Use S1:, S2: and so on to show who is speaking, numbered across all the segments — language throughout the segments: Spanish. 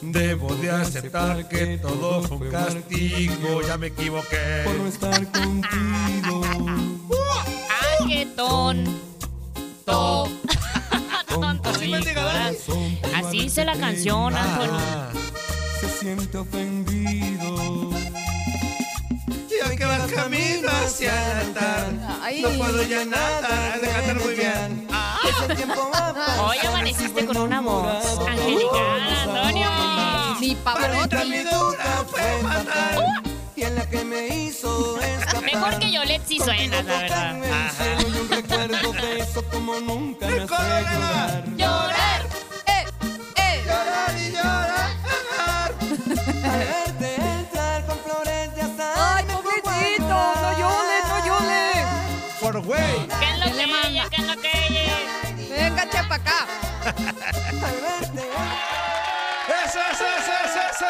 S1: Debo de aceptar que todo fue un castigo, ya me equivoqué. Por no estar contigo.
S2: Aguetón. To. Tonto.
S3: Así
S2: mi
S3: mendiga, dale.
S2: corazón.
S3: Por
S2: Así dice la canción,
S3: Ah.
S4: Ah.
S2: Antonio.
S1: Se siente ofendido.
S3: Yo que va camino hacia el altar.
S2: Ay.
S3: No puedo ya nada. Hay de cantar muy bien. Es el tiempo va
S2: Hoy Ah. amaneciste con una voz
S1: enamorado.
S2: angelical, Antonio.
S5: Ni
S3: Paleta mi
S5: pavarotti.
S3: duda fue fatal. Y en la que me hizo escapar.
S2: Mejor que yo, Let's sí suena, la verdad.
S3: Soy un recuerdo de eso como nunca me hace llorar.
S2: Llorar.
S5: Eh, eh.
S3: Llorar y llorar. Al verte entrar con flores de azahar.
S5: Ay,
S3: me pongo a
S5: pobrecito,
S3: llorar.
S5: no llores, no llores.
S6: Por güey.
S2: ¿Qué es lo
S5: ¿Quién
S2: que
S5: le
S2: ella?
S5: manda?
S2: ¿Qué es lo que ella?
S5: Venga, chapa acá.
S3: Al verte
S7: ¡Eso, eso, eso, eso, eso!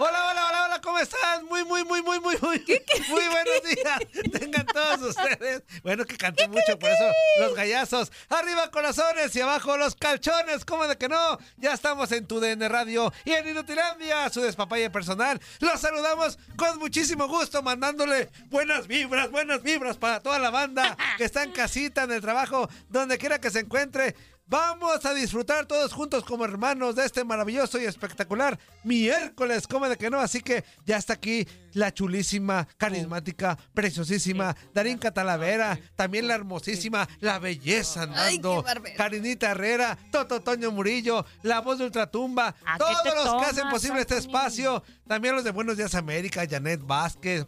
S7: Hola, hola, hola, hola, ¿cómo están? Muy, muy, muy, muy, muy, muy, muy buenos días. Tengan todos ustedes. Bueno, que canté mucho, por eso los gallazos. Arriba corazones y abajo los calchones, ¿cómo de que no? Ya estamos en tu DN Radio y en Inutilandia, su despapalle personal. Los saludamos con muchísimo gusto, mandándole buenas vibras, buenas vibras para toda la banda que está en casita, en el trabajo, donde quiera que se encuentre. Vamos a disfrutar todos juntos como hermanos de este maravilloso y espectacular miércoles, como de que no. Así que ya está aquí la chulísima,
S5: Oh,
S7: carismática, preciosísima Darinka Talavera, también la hermosísima, la belleza
S5: Ay, qué
S7: andando,
S5: bárbaro.
S7: Karinita Herrera, Toto Toño Murillo, la voz de Ultratumba,
S2: ¿A qué
S7: todos
S2: te
S7: los que hacen
S2: tomas,
S7: posible este
S2: Anthony?
S7: espacio, también los de Buenos Días América, Janet Vázquez,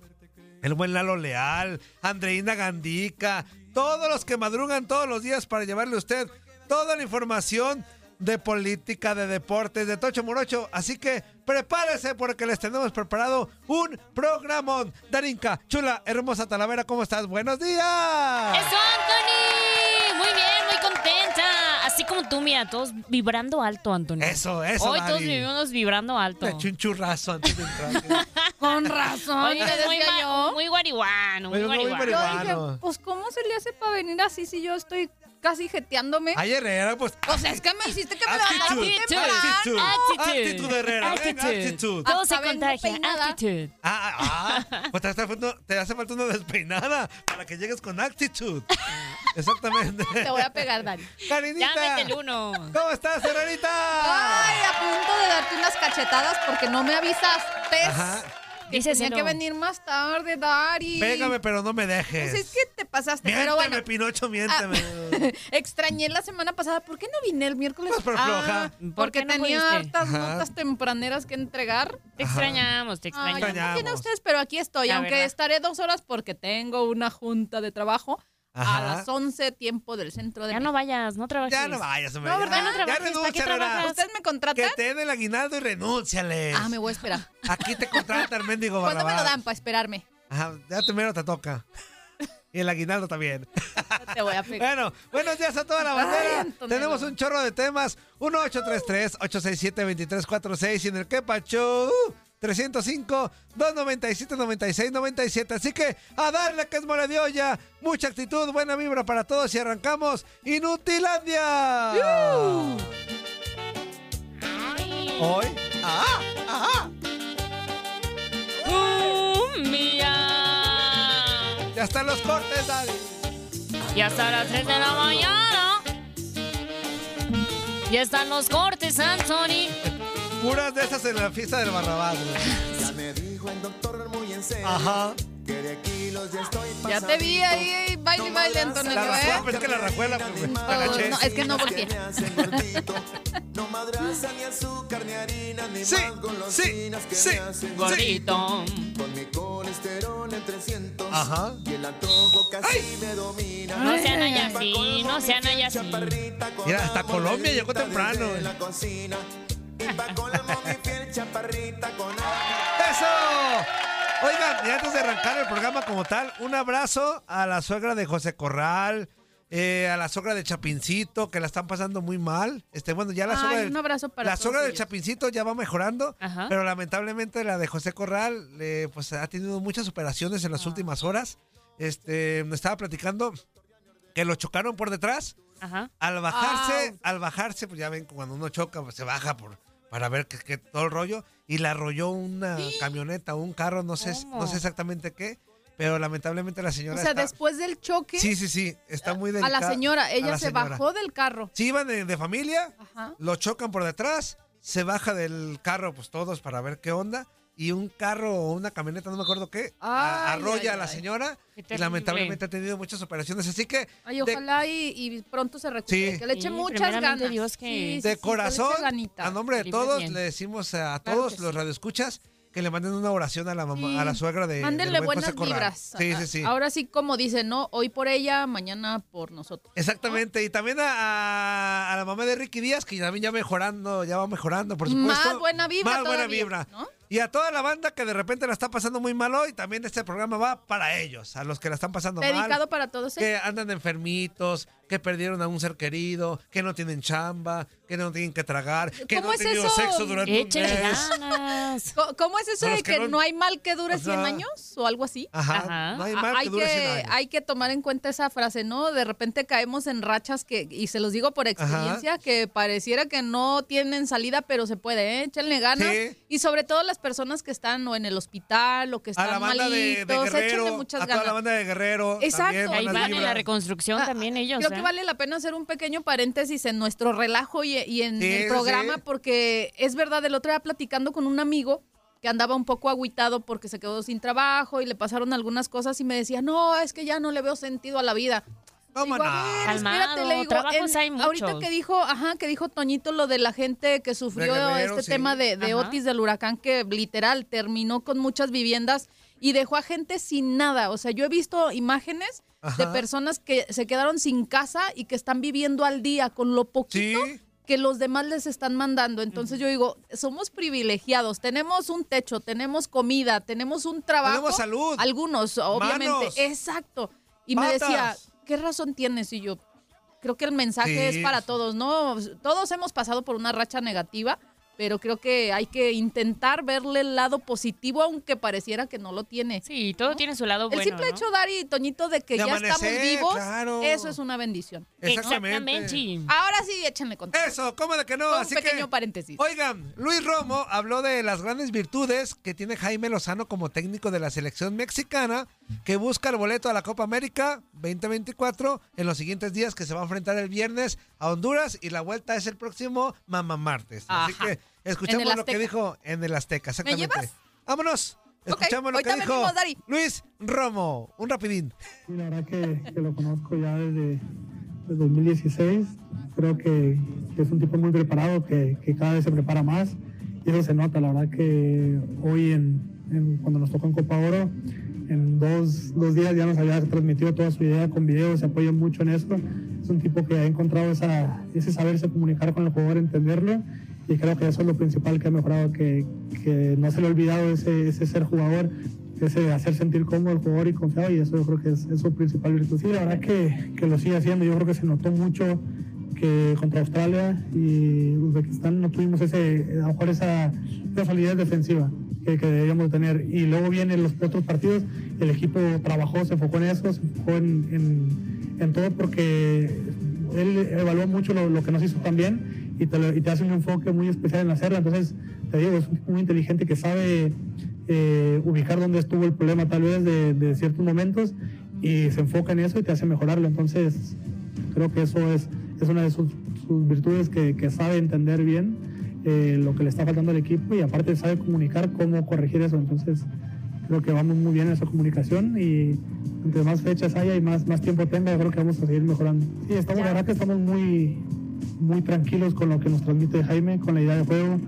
S7: el buen Lalo Leal, Andreina Gandica, todos los que madrugan todos los días para llevarle a usted toda la información de política, de deportes, de Tocho Morocho. Así que prepárese porque les tenemos preparado un programón. Darinka, chula, hermosa Talavera, ¿cómo estás? ¡Buenos días!
S2: ¡Eso, Anthony! Muy bien, muy contenta. Así como tú, mira, todos vibrando alto, Anthony.
S7: Eso, eso,
S2: Hoy todos
S7: Dari.
S2: vivimos vibrando alto.
S7: Me eché un churrazo antes de entrar.
S5: Con razón,
S2: Hoy
S5: te
S2: es muy,
S5: decía
S2: ma-
S5: yo.
S2: muy guariguano, muy
S7: Muy- muy
S2: guariguano.
S5: Yo
S7: Hermano.
S5: dije, pues, ¿cómo se le hace para venir así si yo estoy casi jeteándome?
S7: Ay, Herrera, pues...
S5: O sea, es que me hiciste que me levantara
S7: Actitud,
S5: bien
S2: Actitud,
S5: temprano.
S7: actitud,
S2: Actitud.
S7: actitud de Herrera, venga,
S2: Actitud.
S7: actitud.
S2: Todo se
S5: Hasta vengo
S2: contagia.
S5: peinada.
S2: Actitud.
S7: Ah, ah, ah. Pues te hace, falta, te hace falta una despeinada para que llegues con actitud. Exactamente.
S5: Te voy a pegar, Dani.
S2: Ya
S7: Karinita.
S2: mete el uno.
S7: ¿Cómo estás, Herrerita?
S5: Ay, a punto de darte unas cachetadas porque no me avisaste.
S7: Ajá.
S5: Que
S2: Díceselo.
S5: tenía que venir más tarde, Dari.
S7: Pégame, pero no me dejes.
S5: Pues es que te pasaste,
S7: miénteme,
S5: pero bueno. Ah,
S7: Pinocho, miénteme.
S5: Extrañé la semana pasada. ¿Por qué no vine el miércoles? Ah,
S7: Pues por floja.
S2: ¿por
S5: porque
S2: qué no
S5: tenía
S2: pudiste?
S5: hartas
S7: Ajá.
S5: notas tempraneras que entregar.
S2: Te extrañamos, te
S5: Ay, yo no
S2: extrañamos.
S5: entiendo a
S7: Extrañamos.
S5: ustedes, pero aquí estoy.
S2: La
S5: aunque
S2: verdad.
S5: estaré dos horas porque tengo una junta de trabajo
S7: Ajá.
S5: a las 11, tiempo del centro de
S2: Ya no
S5: México.
S2: vayas, no trabajes.
S7: Ya no vayas, hombre.
S5: No,
S7: ya.
S5: ¿verdad? No
S7: Ya
S2: trabajes, ¿para
S7: renuncia,
S2: qué
S7: Herrera.
S2: trabajas?
S5: ¿Ustedes me contratan?
S7: Que te den el aguinaldo y renúnciales.
S5: Ah, me voy a esperar.
S7: Aquí te contrata el mendigo
S5: ¿Cuándo me lo
S7: Barrabás.
S5: dan para esperarme?
S7: Ajá, ya primero te toca. Y el aguinaldo también.
S5: Te voy a pegar.
S7: Bueno, buenos días a toda la bandera.
S5: Ay, Antonelo.
S7: Tenemos un chorro de temas. 1833-867-2346. Y en el que pacho Uh, 305 297 96 97. Así que a darle que es mole de olla. Mucha actitud, buena vibra para todos y arrancamos Inutilandia. Hoy. ¡Ah! ¡Ah!
S2: Cumbia.
S7: Ya están los cortes, Daddy.
S2: Y hasta las 3 de la mañana. Ya están los cortes, Anthony.
S7: Puras de esas en la fiesta del Barrabás, güey.
S3: Ya me dijo el doctor muy en serio
S7: Ajá.
S3: que de kilos ya estoy
S5: Ya te vi ahí, baile, baile, Antonio,
S7: La
S5: ¿eh?
S7: rajuela, Ah, es que la rajuela, pues, me
S5: Oh,
S7: agaché.
S5: no, es que no volteé.
S3: No madraza ni azúcar ni harina ni
S7: Sí,
S3: más golosinas
S7: sí,
S3: que
S7: sí,
S3: me hacen
S7: sí.
S2: Gordito.
S3: Con mi colesterol en 300
S7: Ajá.
S3: y el antojo casi me domina.
S2: No sean allá así, no sean allá así.
S3: Chaparrita con
S7: Mira, hasta
S3: la
S7: Colombia
S3: monedita
S7: llegó temprano,
S3: desde
S7: eh.
S3: la cocina. Y pa' colmo mi fiel chaparrita con hambre.
S7: ¡Eso! Oigan, y antes de arrancar el programa como tal, un abrazo a la suegra de José Corral, eh, a la suegra de Chapincito, que la están pasando muy mal. Este, bueno, ya la suegra
S5: Ay,
S7: del-
S5: un abrazo para
S7: la
S5: todos
S7: suegra del
S5: ellos.
S7: Chapincito ya va mejorando,
S2: Ajá.
S7: pero lamentablemente la de José Corral eh, pues ha tenido muchas operaciones
S5: Ah.
S7: en las últimas horas. Este, me estaba platicando que lo chocaron por detrás.
S2: Ajá.
S7: Al bajarse,
S5: Ouch.
S7: al bajarse, pues ya ven cuando uno choca, pues se baja por para ver que, que todo el rollo y la arrolló una camioneta, un carro, no sé,
S2: ¿Cómo?
S7: no sé exactamente qué, pero lamentablemente la
S5: O
S7: señora
S5: sea,
S7: está-
S5: después del choque
S7: Sí, sí, sí, está muy
S5: a
S7: delicada.
S5: la señora, ella
S7: a la
S5: se
S7: señora.
S5: bajó del carro.
S7: Sí, iban de, de familia,
S5: Ajá.
S7: lo chocan por detrás, se baja del carro, pues todos para ver qué onda. Y un carro o una camioneta, no me acuerdo qué, a-
S5: Ay,
S7: arrolla
S5: ay,
S7: a la
S5: ay.
S7: señora
S2: Qué
S7: y
S2: terrible.
S7: lamentablemente ha tenido muchas operaciones. Así que
S5: Ay,
S7: de-
S5: ojalá y, y pronto se recupere.
S7: Sí.
S5: Que le eche
S2: Sí,
S5: muchas
S2: primeramente
S5: ganas.
S2: Dios que-
S5: Sí, sí, sí,
S7: de
S5: que le
S7: corazón,
S5: eche ganita.
S7: a nombre de
S2: Que libre
S7: todos,
S2: bien.
S7: le decimos a
S2: Claro
S7: todos
S2: que sí.
S7: los radioescuchas que le manden una oración a la mamá,
S5: Sí.
S7: a la suegra de
S5: Mándenle
S7: eh, del buen José
S5: buenas
S7: Corral.
S5: vibras.
S7: Sí, sí, sí.
S5: A- Ahora sí, como dicen, ¿no? Hoy por ella, mañana por nosotros.
S7: Exactamente, y también a, a- a la mamá de Ricky Díaz, que también ya mejorando, ya va mejorando, por supuesto.
S5: Más buena vibra
S7: Más buena
S5: todavía,
S7: vibra.
S5: ¿no?
S7: Y a toda la banda que de repente la está pasando muy mal hoy, también este programa va para ellos, a los que la están pasando mal.
S5: Dedicado para todos ¿eh? ellos.
S7: que andan enfermitos, que perdieron a un ser querido, que no tienen chamba, que no tienen que tragar, que no
S5: ¿Cómo
S7: han
S5: es
S7: tenido
S5: eso?
S7: sexo durante un
S2: Échenle
S7: mes.
S2: ganas.
S5: Co- ¿Cómo es eso
S7: Para
S5: de
S7: los que
S5: que
S7: no-
S5: no hay mal que dure
S7: O
S5: 100
S7: sea,
S5: años o algo así? Ah,
S7: Ajá.
S2: Ajá.
S7: No hay mal que dure 100 años.
S5: hay que tomar en cuenta esa frase, ¿no? De repente caemos en rachas que, y se los digo por experiencia, que pareciera que no tienen salida, pero se puede, ¿eh? Échenle ganas.
S7: Sí.
S5: Y sobre todo las personas que están o en el hospital o que
S7: A
S5: están
S7: la banda de, de
S5: malitos, échenle
S7: Guerrero,
S5: muchas
S7: a toda la
S5: ganas.
S7: banda de Guerrero.
S5: Exacto.
S7: también,
S5: Ahí
S2: Ahí
S7: buenas
S2: van en la
S7: vibras.
S2: reconstrucción
S5: Ah,
S2: también ellos.
S5: Creo que
S2: ¿eh?
S5: vale la pena hacer un pequeño paréntesis en nuestro relajo y, y en
S7: Sí, sí,
S5: el programa,
S7: sí.
S5: porque es verdad, el otro día platicando con un amigo que andaba un poco agüitado porque se quedó sin trabajo y le pasaron algunas cosas y me decía, no, es que ya no le veo sentido a la vida.
S7: ¿Cómo
S5: Digo,
S7: no?
S5: a ver, espérate,
S2: Calmado,
S5: le digo,
S2: trabajos hay
S5: ahorita
S2: muchos.
S5: que dijo, ajá, que dijo Toñito lo de la gente que sufrió
S7: Guerrero,
S5: este
S7: sí.
S5: tema de, de
S2: Ajá.
S5: Otis del huracán que literal terminó con muchas viviendas y dejó a gente sin nada. O sea, yo he visto imágenes de
S7: Ajá.
S5: personas que se quedaron sin casa y que están viviendo al día con lo poquito
S7: Sí.
S5: que los demás les están mandando. Entonces yo digo, somos privilegiados, tenemos un techo, tenemos comida, tenemos un trabajo.
S7: Tenemos salud.
S5: Algunos, obviamente.
S7: Manos.
S5: Exacto. Y me
S7: Patas.
S5: decía, ¿qué razón tienes? Y yo, creo que el mensaje
S7: Sí.
S5: es para todos, ¿no? Todos hemos pasado por una racha negativa, pero creo que hay que intentar verle el lado positivo, aunque pareciera que no lo tiene.
S2: Sí, todo tiene su lado
S5: el
S2: bueno.
S5: simple
S2: ¿no?
S5: hecho, Dari, Toñito, de que
S7: De
S5: ya
S7: amanecer,
S5: estamos vivos,
S7: claro.
S5: eso es una bendición.
S2: Exactamente.
S5: Ahora sí, échenle contacto.
S7: Eso, ¿cómo de que no?
S5: Fue un
S7: Así
S5: pequeño
S7: que,
S5: paréntesis.
S7: Oigan, Luis Romo habló de las grandes virtudes que tiene Jaime Lozano como técnico de la selección mexicana, que busca el boleto a la Copa América 2024 en los siguientes días que se va a enfrentar el viernes a Honduras y la vuelta es el próximo Mamá Martes. Así
S5: Ajá.
S7: que escuchemos
S5: En el
S7: lo que
S5: Azteca.
S7: dijo en el Azteca, exactamente.
S5: llevas?
S7: Vámonos.
S5: Ok,
S7: Escuchamos lo que
S5: ahorita
S7: dijo
S5: venimos, Dari.
S7: Luis Romo. Un rapidín.
S8: Sí, la verdad que, que lo conozco ya desde, desde 2016. Creo que, que es un tipo muy preparado, que, que cada vez se prepara más. Y eso se nota, la verdad que hoy, en, en- cuando nos tocó en Copa Oro, en dos, dos días ya nos había transmitido toda su idea con videos, se apoya mucho en eso. Es un tipo que ha encontrado esa, ese saberse comunicar con el jugador, entenderlo. Y creo que eso es lo principal que ha mejorado, que, que no se le ha olvidado ese, ese ser jugador ese hacer sentir cómodo al jugador y confiado y eso yo creo que es, es su principal virtud. Sí, la verdad que, que lo sigue haciendo, yo creo que se notó mucho que contra eh, Australia y Uzbekistán no tuvimos ese, a lo mejor esa, esa solidez defensiva. que, que deberíamos tener. Y luego vienen los otros partidos, el equipo trabajó, se enfocó en eso, se enfocó en, en- en todo porque él evaluó mucho lo, lo que nos hizo también y te, lo- y te hace un enfoque muy especial en hacerlo. Entonces, te digo, es un tipo muy inteligente que sabe eh, ubicar dónde estuvo el problema tal vez de, de ciertos momentos y se enfoca en eso y te hace mejorarlo. Entonces, creo que eso es, es una de sus, sus virtudes que, que sabe entender bien eh, lo que le está faltando al equipo y aparte sabe comunicar cómo corregir eso. Entonces, creo que vamos muy bien en esa comunicación y entre más fechas haya y más, más tiempo tenga, yo creo que vamos a seguir mejorando. Sí, estamos, la verdad que estamos muy, muy tranquilos con lo que nos transmite Jaime, con la idea de juego.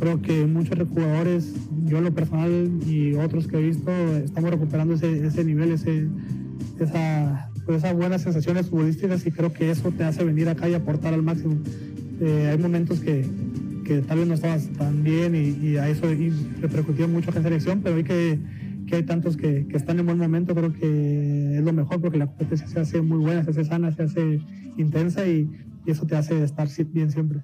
S8: Creo que muchos jugadores, yo en lo personal y otros que he visto, estamos recuperando ese, ese nivel, ese, esa, pues, esas buenas sensaciones futbolísticas y creo que eso te hace venir acá y aportar al máximo. Eh, hay momentos que, que tal vez no estabas tan bien y, y a eso y repercutió mucho acá en selección, pero hay que, que hay tantos que, que están en buen momento, creo que es lo mejor porque la competencia se hace muy buena, se hace sana, se hace intensa y, y eso te hace estar si- bien siempre.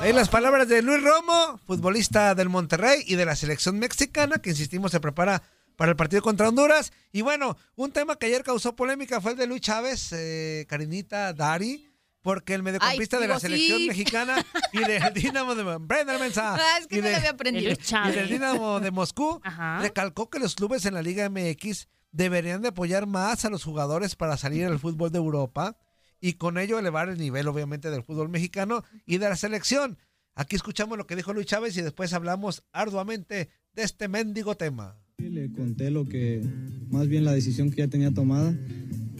S7: Ahí Eh, las palabras de Luis Romo, futbolista del Monterrey y de la selección mexicana, que insistimos se prepara para el partido contra Honduras. Y bueno, un tema que ayer causó polémica fue el de Luis Chávez, eh, Karinita Dari, porque el mediocampista
S5: Ay,
S7: de la
S5: digo,
S7: selección
S5: sí.
S7: mexicana y del Dinamo de Brendan Mensa.
S5: Ah, es que
S7: y
S5: no le
S7: de-
S5: había aprendido. Luis Chávez.
S7: Y del Dinamo de Moscú recalcó que los clubes en la Liga MX deberían de apoyar más a los jugadores para salir al fútbol de Europa y con ello elevar el nivel, obviamente, del fútbol mexicano y de la selección. Aquí escuchamos lo que dijo Luis Chávez y después hablamos arduamente de este mendigo tema.
S9: Le conté lo que, más bien la decisión que ya tenía tomada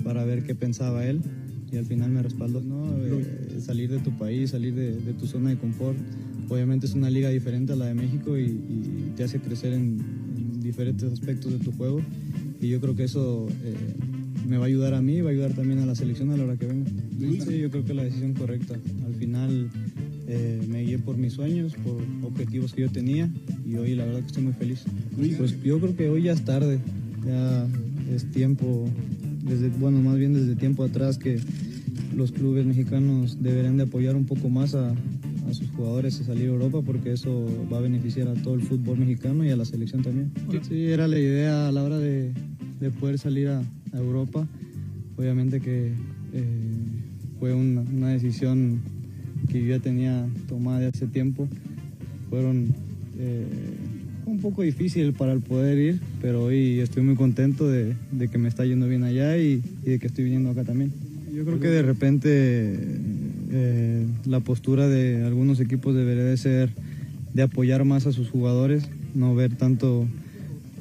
S9: para ver qué pensaba él y al final me respaldó. No, Eh, salir de tu país, salir de, de tu zona de confort, obviamente es una liga diferente a la de México y, y te hace crecer en, en diferentes aspectos de tu juego y yo creo que eso eh, me va a ayudar a mí y va a ayudar también a la selección a la hora que venga. Sí, yo creo que la decisión correcta. Al final eh, me guié por mis sueños, por objetivos que yo tenía y hoy la verdad que estoy muy feliz. Pues yo creo que hoy ya es tarde, ya es tiempo, desde, bueno, más bien desde tiempo atrás que los clubes mexicanos deberían de apoyar un poco más a, a sus jugadores a salir a Europa porque eso va a beneficiar a todo el fútbol mexicano y a la selección también. Sí, era la idea a la hora de, de poder salir a, a Europa. Obviamente que eh, fue una, una decisión que yo ya tenía tomada de hace tiempo. Fueron eh, un poco difícil para el poder ir, pero hoy estoy muy contento de, de que me está yendo bien allá y- y de que estoy viniendo acá también. Yo creo que de repente eh, la postura de algunos equipos debería de ser de apoyar más a sus jugadores, no ver tanto,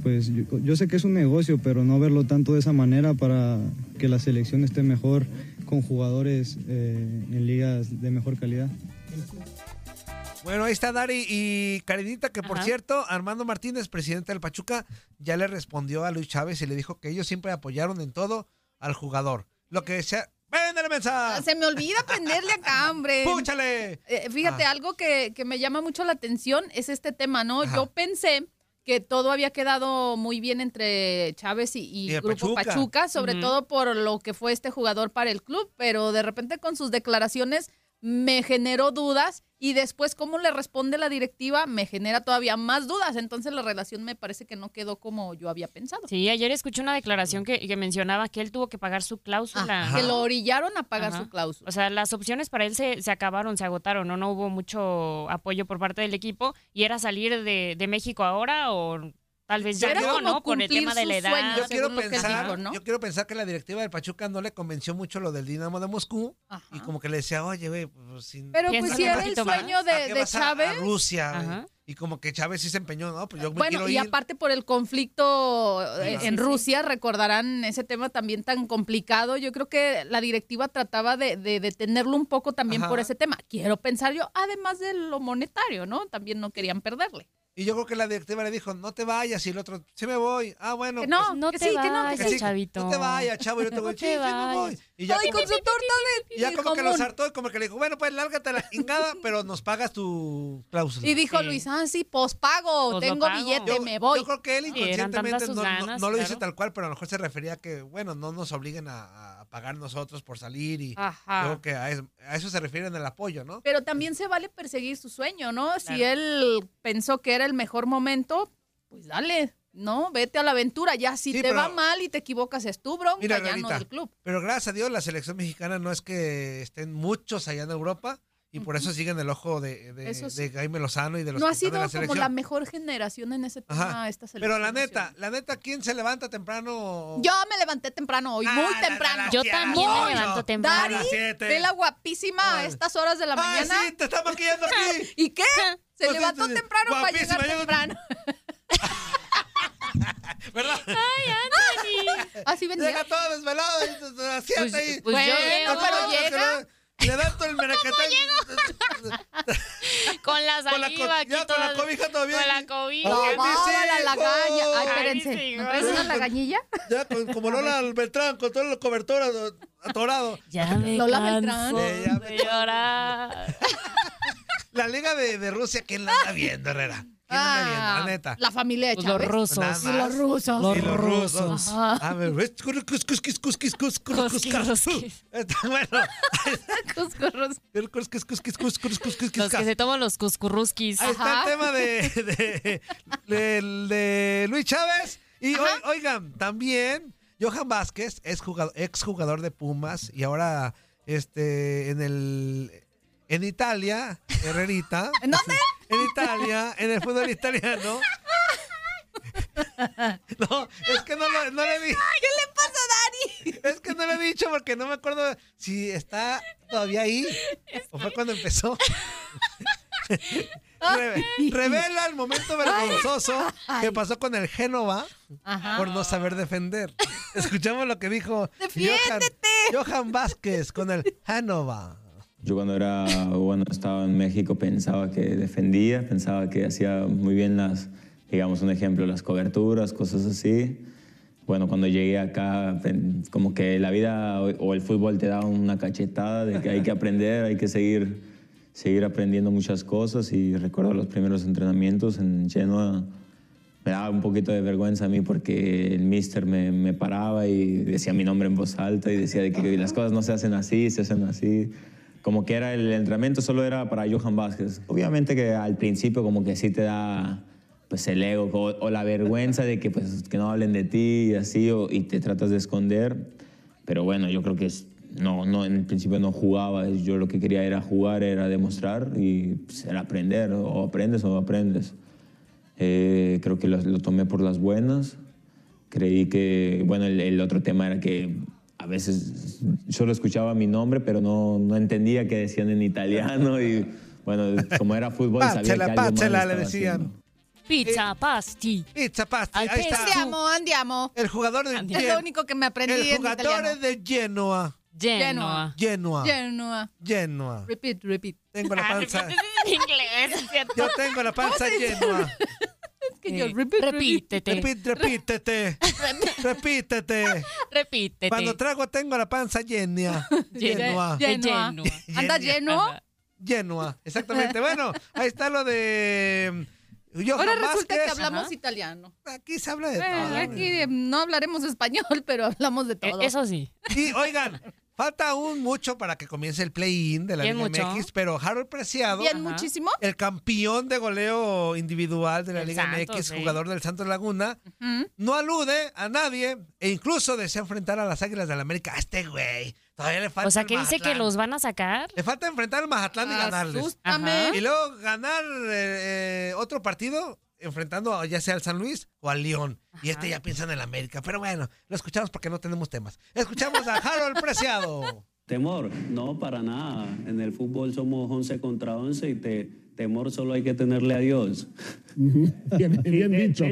S9: pues yo, yo sé que es un negocio, pero no verlo tanto de esa manera para que la selección esté mejor con jugadores eh, en ligas de mejor calidad.
S7: Bueno, ahí está Dari y Karenita, que por cierto, Armando Martínez, presidente del Pachuca, ya le respondió a Luis Chávez y le dijo que ellos siempre apoyaron en todo al jugador. Lo que sea... ¡Véndele mensaje!
S5: Se me olvida prenderle acá, hombre.
S7: ¡Púchale!
S5: Eh, fíjate,
S7: Ah.
S5: algo que, que me llama mucho la atención es este tema, ¿no?
S7: Ajá.
S5: Yo pensé que todo había quedado muy bien entre Chávez y, y
S7: Y el
S5: Grupo
S7: Pachuca.
S5: Pachuca, sobre
S7: Ujú.
S5: todo por lo que fue este jugador para el club, pero de repente con sus declaraciones me generó dudas y después cómo le responde la directiva me genera todavía más dudas, entonces la relación me parece que no quedó como yo había pensado.
S2: Sí, ayer escuché una declaración que, que mencionaba que él tuvo que pagar su cláusula.
S5: Que lo orillaron a pagar
S2: Ajá.
S5: su cláusula.
S2: O sea, las opciones para él se, se acabaron, se agotaron, ¿no? No hubo mucho apoyo por parte del equipo y era salir de, de México ahora o tal vez
S7: Pues
S2: ya
S5: Era
S2: no,
S5: como
S2: ¿no? Por el
S5: cumplir
S2: tema de la
S5: sus
S2: edad.
S5: sueños,
S7: yo quiero
S5: según lo que
S7: pensar,
S5: dijo, ¿no?
S7: yo quiero pensar que la directiva del Pachuca no le convenció mucho lo del Dinamo de Moscú y como que le decía, "Oye, güey, pues sin
S5: Pero
S7: sin
S5: pues
S7: un
S5: si era el
S7: poquito más,
S5: sueño de-
S7: ¿a qué
S5: de
S7: vas a- a
S5: Chávez?
S7: Rusia." güey?
S5: Ajá.
S7: Y como que Chávez sí se empeñó, no, pues yo me
S5: Bueno,
S7: quiero
S5: y
S7: ir.
S5: aparte por el conflicto eh,
S7: Ajá. Sí,
S5: en
S7: sí.
S5: Rusia, recordarán ese tema también tan complicado. Yo creo que la directiva trataba de, de detenerlo un poco también
S7: Ajá.
S5: por ese tema. Quiero pensar yo, además de lo monetario, ¿no? También no querían perderle.
S7: Y yo creo que la directiva le dijo, "No te vayas." Y el otro, "Sí me voy." Ah, bueno.
S5: Que no,
S7: pues-
S5: no
S7: que
S5: te
S7: sí, que no, que
S2: vayas,
S7: sí,
S2: chavito.
S7: No te vayas, chavo. Yo te voy,
S2: No
S7: "Sí,
S2: te
S7: sí me voy."
S2: vayas.
S7: Y ya
S5: Ay,
S7: como,
S5: con su torta de
S7: ya como que lo
S5: jamón.
S7: hartó y como que le dijo, "Bueno, pues lárgate a la chingada, pero nos pagas tu cláusula."
S5: Y dijo Luis, ah, sí, pospago,
S7: Pues lo
S5: tengo
S7: pago.
S5: billete,
S7: Yo-
S5: me voy.
S7: Yo creo que él
S2: Sí, eran tantas
S7: inconscientemente no,
S2: sus
S7: no-
S2: ganas,
S7: no lo dice
S2: claro.
S7: tal cual, pero a lo mejor se refería a que, bueno, no nos obliguen a, a pagar nosotros por salir y
S5: Ajá.
S7: creo que a es- a eso, se refieren el apoyo, ¿no?
S5: Pero también se vale perseguir su sueño, ¿no? Si
S7: Claro.
S5: él pensó que era el mejor momento, pues dale, no, vete a la aventura. Ya si
S7: Sí,
S5: te va
S7: pero-
S5: mal y te equivocas, es tu bronca,
S7: Mira,
S5: ya no
S7: Ranita,
S5: del club.
S7: Pero gracias a Dios la selección mexicana no es que estén muchos allá en Europa y por eso siguen el ojo de, de,
S5: Eso sí.
S7: de Jaime Lozano y de los
S5: No
S7: que
S5: ha
S7: están
S5: sido
S7: en
S5: como la mejor generación en ese tema
S7: Ajá.
S5: esta
S7: Pero
S5: selección.
S7: la neta, oh. la neta, ¿quién se levanta temprano?
S5: Yo me levanté temprano hoy,
S7: Ah,
S5: muy temprano.
S7: Yo también me levanto temprano. A las
S5: Dari,
S7: siete.
S5: ve la guapísima a estas horas de la
S7: Ay,
S5: mañana.
S7: sí, te está maquillando aquí.
S5: ¿Y qué? Se
S7: Pues,
S5: levantó
S7: entonces,
S5: temprano para
S7: guapísima,
S5: llegar
S7: yo-
S5: temprano.
S7: ¿Verdad?
S5: Ay, Anthony. Así venía.
S7: Llega todo desvelado, y- y- así
S5: Pues-
S7: hasta ahí.
S5: pues yo llego.
S7: no, pero
S5: llega.
S7: Le dan todo el meracatán.
S2: Con la
S7: Con la co-
S2: saliva aquí
S7: ya con la
S2: todas-
S7: cobija todavía. Oh,
S2: Con la cobija.
S7: Ay, mis
S5: la lagaña.
S7: hijos.
S5: Ay, espérense.
S2: sí,
S5: ¿Me traes una
S7: güey.
S5: lagañilla?
S7: Ya, con- como Lola Beltrán, con todas las cobertoras atorado.
S2: Ya me
S5: Lola Beltrán.
S2: canso
S7: Eh, ya me-
S2: de llorar.
S7: La Liga de, de Rusia, ¿quién la anda viendo, Herrera? ¿Quién la anda viendo, la
S5: Ah,
S7: neta?
S5: La familia de
S2: Pues los
S5: Chávez.
S2: rusos.
S7: Nada más.
S5: Y los rusos.
S7: Y los rusos.
S5: Ajá.
S7: A ver, es cus, cus, cus, cus, cus, cus, cus, cus,
S2: Cusquis,
S7: cus, cus.
S2: cusquis.
S7: Está bueno.
S5: Cuscurrus.
S7: El cus, cus, cus, cus, cus, cus, cus, cus,
S2: Los que
S7: cus.
S2: se toman los cuscurrusquis.
S7: Ahí está el tema de, de, de- de Luis Chávez. Y oi- oigan, también Johan Vázquez es jugador, ex jugador de Pumas y ahora este en el en Italia, Herrerita.
S5: ¿En dónde?
S7: En Italia, en el fútbol italiano. No, es que no lo, no lo he dicho.
S5: ¿Qué le pasa a Dari?
S7: Es que no lo he dicho porque no me acuerdo si está todavía ahí o fue cuando empezó. Reve- revela el momento vergonzoso que pasó con el Génova
S5: Ajá.
S7: por no saber
S5: Ah.
S7: defender. Escuchamos lo que dijo Johan, Johan Vázquez con el Génova.
S10: Yo cuando era, bueno, estaba en México pensaba que defendía, pensaba que hacía muy bien las, digamos un ejemplo, las coberturas, cosas así. Bueno, cuando llegué acá, pen- como que la vida o- o el fútbol te da una cachetada de que hay que aprender, hay que seguir, seguir aprendiendo muchas cosas. Y recuerdo los primeros entrenamientos en Genoa, me daba un poquito de vergüenza a mí porque el mister me, me paraba y decía mi nombre en voz alta y decía de que las cosas no se hacen así, se hacen así. Como que era el entrenamiento solo era para Johan Vázquez. Obviamente que al principio como que sí te da pues el ego o, o la vergüenza de que pues que no hablen de ti y así o- y te tratas de esconder. Pero bueno, yo creo que es- no, no, en el principio no jugaba. Yo lo que quería era jugar, era demostrar y pues, era aprender. O aprendes o no aprendes. Eh, creo que lo, lo tomé por las buenas. Creí que, bueno, el, el otro tema era que a veces solo escuchaba mi nombre, pero no, no entendía qué decían en italiano. Y bueno, como era fútbol, sabía que
S7: Páchela,
S10: algo mal
S7: páchela, le
S10: estaba
S7: decían.
S2: Pizza, pasti.
S7: It's a pasta.
S2: Al
S7: Eh, Ahí está.
S5: Andiamo, andiamo.
S7: El jugador de
S5: Es lo único que me aprendí
S7: el
S5: en italiano.
S7: jugador de Genoa.
S2: Genoa.
S7: Genoa.
S5: Genoa.
S7: Genoa.
S5: Repeat, repeat. Ah,
S7: Tengo la panza.
S2: Ah, en inglés, es cierto.
S7: Yo tengo la panza Genoa.
S5: Es que yo
S2: Eh,
S5: repeat, repeat.
S2: repítete.
S7: Repi- repítete. repítete.
S2: Repítete.
S7: Cuando trago tengo la panza llena.
S5: Ye- Genoa.
S7: Llena.
S2: Genoa.
S5: ¿Anda
S7: Genia.
S5: lleno?
S2: Ajá.
S7: Llena. Exactamente. Bueno, ahí está lo de mm, Johan
S5: Ahora resulta
S7: Vázquez.
S5: que hablamos
S2: Ajá.
S5: italiano.
S7: Aquí se habla de
S5: Bueno,
S7: todo.
S5: aquí eh, no hablaremos español, pero hablamos de
S2: Eh,
S5: todo.
S2: Eso sí.
S7: Y oigan, falta aún mucho para que comience el play-in de la
S2: Bien
S7: Liga
S2: mucho.
S7: MX, pero Harold Preciado,
S5: Bien
S2: Ajá.
S5: muchísimo.
S7: el campeón de goleo individual de la
S2: Del
S7: Liga
S2: Santos,
S7: MX,
S2: sí.
S7: jugador del Santos Laguna,
S5: Mm.
S7: no alude a nadie e incluso desea enfrentar a las Águilas del América. A este güey, todavía le falta
S2: O sea,
S7: el
S2: que dice que
S7: Mazatlán.
S2: los van a sacar.
S7: Le falta enfrentar al Mazatlán y ganarles.
S5: Asústame.
S7: Y luego ganar eh, eh, otro partido enfrentando a- ya sea al San Luis o al León. Y este ya piensa en el América. Pero bueno, lo escuchamos porque no tenemos temas. Escuchamos a Harold Preciado.
S11: Temor, no, para nada. En el fútbol somos 11 contra 11 y te, temor solo hay que tenerle a Dios.
S12: Bien, bien dicho.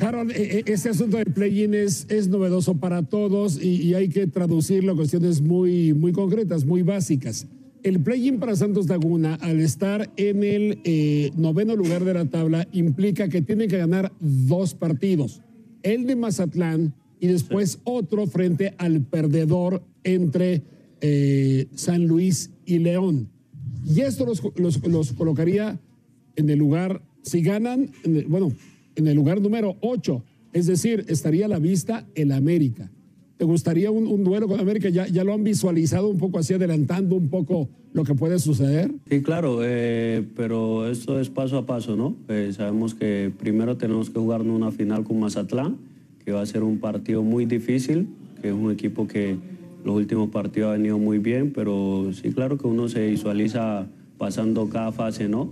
S12: Harold, e- e- este asunto del play-in es, es novedoso para todos y, y hay que traducirlo a cuestiones muy, muy concretas, muy básicas. El play-in para Santos Laguna, al estar en el eh, noveno lugar de la tabla, implica que tiene que ganar dos partidos. El de Mazatlán y después otro frente al perdedor entre eh, San Luis y León. Y esto los- los- los colocaría en el lugar, si ganan, en el- bueno, en el lugar número 8, es decir, estaría a la vista el América. ¿Te gustaría un, un duelo con América? ¿Ya, ¿Ya lo han visualizado un poco así, adelantando un poco lo que puede suceder?
S11: Sí, claro, eh, pero esto es paso a paso, ¿no? Eh, sabemos que primero tenemos que jugarnos una final con Mazatlán, que va a ser un partido muy difícil, que es un equipo que los últimos partidos ha venido muy bien, pero sí, claro que uno se visualiza pasando cada fase, ¿no?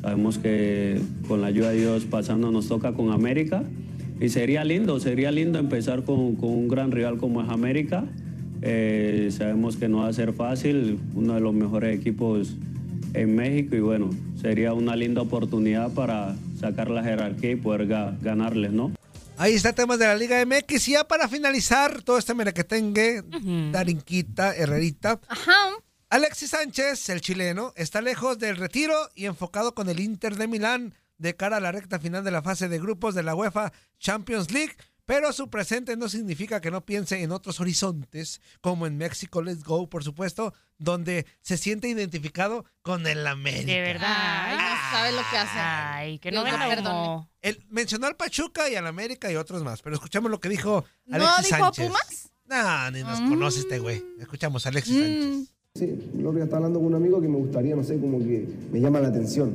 S11: Sabemos que con la ayuda de Dios pasando nos toca con América y sería lindo, sería lindo empezar con, con un gran rival como es América. Eh, sabemos que no va a ser fácil, uno de los mejores equipos en México y bueno, sería una linda oportunidad para sacar la jerarquía y poder ga- ganarles, ¿no?
S7: Ahí está temas de la Liga MX. Y ya para finalizar todo este merequetengue, Darinquita, Herrerita. Alexis Sánchez, el chileno, está lejos del retiro y enfocado con el Inter de Milán de cara a la recta final de la fase de grupos de la UEFA Champions League. Pero su presente no significa que no piense en otros horizontes, como en México Let's Go, por supuesto, donde se siente identificado con el América.
S2: De verdad.
S5: Ay, no sabe lo que hace.
S2: Ay, que no
S5: Dios
S2: venga
S5: la perdone.
S2: como-
S7: Él mencionó al Pachuca y al América y otros más, pero escuchamos lo que dijo
S5: ¿No
S7: Alexis
S5: dijo a
S7: Sánchez.
S5: Pumas? Mm.
S7: No, ni nos conoce este güey. Escuchamos a Alexis Sánchez.
S13: Sí, el otro día estaba hablando con un amigo que me gustaría, no sé, como que me llama la atención.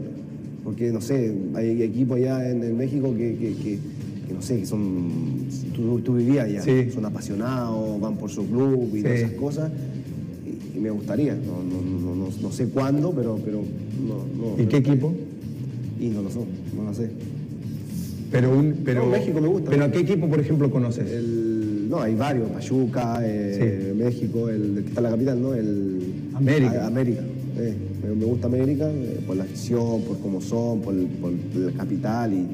S13: Porque, no sé, hay equipos allá en, en México que, que- que- que, no sé, que son. Tú, tú vivías allá,
S10: Sí.
S13: son apasionados, van por su club y
S10: Sí.
S13: todas esas cosas. Y, y me gustaría, no, no- no- no- no sé cuándo, pero. pero no, no,
S10: ¿Y qué
S13: pero-
S10: equipo?
S13: Y no lo son, no lo sé.
S10: Pero un, pero,
S13: No, México me gusta.
S10: Pero ¿a qué equipo, por ejemplo, conoces?
S13: El- no, hay varios, Pachuca, eh, México, el el que está en la capital, ¿no? El,
S10: América.
S13: A- América. eh. me, me gusta América eh, por la afición, por cómo son, por, el- por la capital y,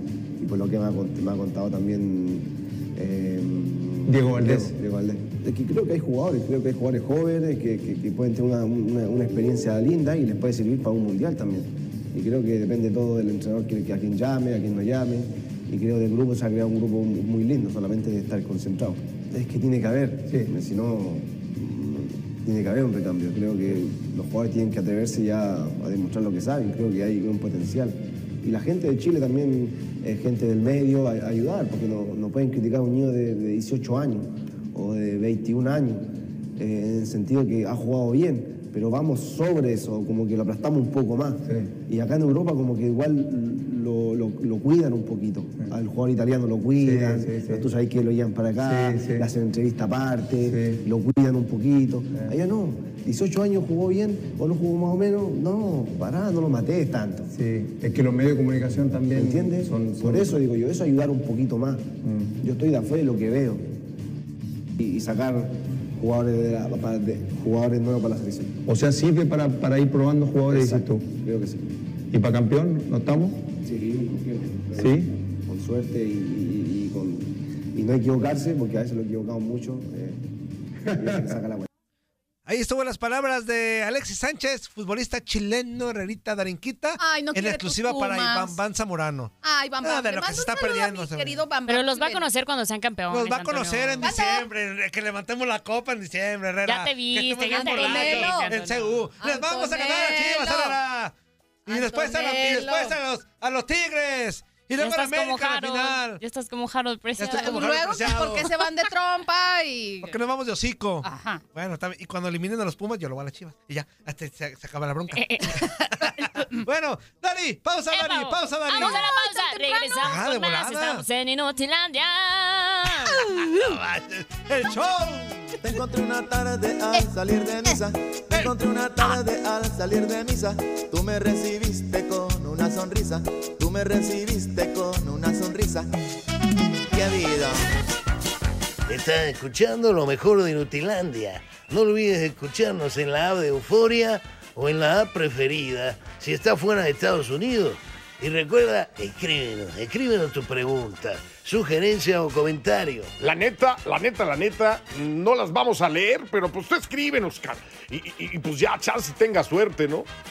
S13: y por lo que me ha, cont- me ha contado también eh,
S10: Diego Valdés.
S13: Diego Valdés. Es que creo que hay jugadores, creo que hay jugadores jóvenes que, que- que pueden tener una, una- una experiencia linda y les puede servir para un mundial también. Y creo que depende todo del entrenador que, que a quien llame, a quien no llame. Y creo que el grupo se ha creado un grupo muy muy lindo, solamente de estar concentrado. Es que tiene que haber, si no, mm, tiene que haber un recambio. Creo que los jugadores tienen que atreverse ya a demostrar lo que saben. Creo que hay un potencial. Y la gente de Chile también, eh, gente del medio, a, a ayudar, porque no, no pueden criticar a un niño de, de 18 años o de 21 años, eh, en el sentido que ha jugado bien, pero vamos sobre eso, como que lo aplastamos un poco más. Y acá en Europa como que igual lo, lo- lo cuidan un poquito. Al jugador italiano lo cuidan, tú sabes que lo llevan para acá, le hacen entrevista aparte, lo cuidan un poquito. Allá no, 18 años jugó bien o no jugó más o menos, no, pará, no lo maté tanto.
S10: Es que los medios de comunicación también.
S13: ¿Entiendes? Por eso digo yo, eso ayudar un poquito más. Yo estoy de afuera de lo que veo. Y, y sacar jugadores, de la- para- de- jugadores nuevos para la selección.
S10: O sea, sirve para, para ir probando jugadores, dices tú.
S13: Creo que sí.
S10: ¿Y para campeón? ¿No estamos?
S13: Sí,
S10: Sí.
S13: Con suerte y, y- y con, y no equivocarse, porque a veces lo equivocamos mucho. eh, y hay que sacar la vuelta.
S7: Ahí estuvo las palabras de Alexis Sánchez, futbolista chileno, Herrerita, Darinquita.
S5: Ay, no
S7: en
S5: quiere
S7: exclusiva
S5: tus
S7: para
S5: Pumas.
S7: Iván Van Zamorano.
S5: Ay, Bam Bam,
S7: Nada,
S5: le
S7: lo que
S5: mando un
S7: se está
S5: saludo a
S7: perdiendo,
S5: mi
S7: se ve.
S5: querido Bam
S2: Pero
S5: Bam
S2: los va a
S5: Rivera.
S2: conocer cuando sean campeones.
S7: Nos va a conocer en diciembre, que levantemos la copa en diciembre, Herrera.
S2: Ya te
S7: Que
S2: viste,
S7: estemos
S2: ya
S7: bien
S2: te
S7: borrachos
S2: viste,
S7: En CU. Les vamos a ganar a Chivas,
S2: Antonello.
S7: Herrera. Y después, a, la- y
S2: Antonello.
S7: después a, los, a los Tigres. Y
S2: Ya
S7: luego a la
S2: estás como
S7: América en la final.
S2: Harold. Ya estás como Harold Preciado.
S7: estás como Harold
S5: Luego, pues,
S7: Preciado.
S5: ¿por qué se van de trompa? Y...
S7: Porque nos vamos de hocico. Bueno, está bien. Y cuando eliminen a los Pumas, yo lo voy a las Chivas. Y ya, hasta se, se acaba la bronca.
S2: Eh,
S7: bueno, Dani, pausa, Dani, pausa, Dani.
S2: Vamos a Ah, la pausa. Regresamos
S7: Ah, de
S2: con más.
S7: volada.
S2: Estamos en Inutilandia.
S7: ¡El show!
S3: Te encontré una tarde al salir de misa.
S7: Eh,
S3: Te encontré
S7: ah.
S3: una tarde al salir de misa. Tú me recibiste con una sonrisa. Tú me recibiste con una sonrisa. ¡Qué vida!
S14: Estás escuchando lo mejor de Nutilandia. No olvides escucharnos en la app de Euforia o en la app preferida si estás fuera de Estados Unidos. Y recuerda, escríbenos, escríbenos tu pregunta, sugerencia o comentario.
S6: La neta, la neta, la neta, no las vamos a leer, pero pues tú escríbenos, Oscar. Y, y- y, pues ya, chance pues tenga suerte, ¿no?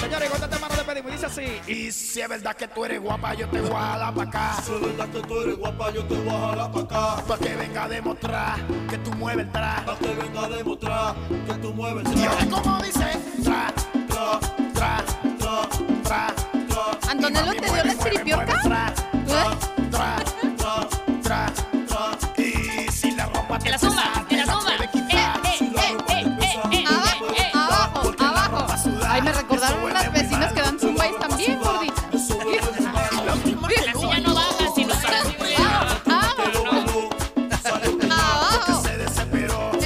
S4: Señores, con este esta mano de Perico y dice así. Y si es verdad que tú eres guapa, yo te voy a jalar para acá. Si es verdad que tú eres guapa, yo te voy a jalar para acá. Para que venga a demostrar que tú mueves el tra. Para que venga a demostrar que tú mueves el tra. Y ahora como dice, tra, tra, tra, tra, tra, tra.
S5: Antonello te dio la ¿Eh? chiripiorca.
S4: Tra, tra, tra, tra, tra. Y si la ropa te
S2: la zumba,
S4: pesa,
S2: te la
S4: puede
S2: zumba.
S4: quitar.
S5: Eh,
S4: Si la
S5: eh,
S4: ropa te
S5: eh,
S4: pesa,
S5: eh, eh,
S4: abajo,
S5: eh,
S4: abajo,
S5: abajo. Ay, me recordaron unas vecinas que dan zumbais también, gordita.
S2: La silla no baja, si no sale así, güey.
S5: Abajo.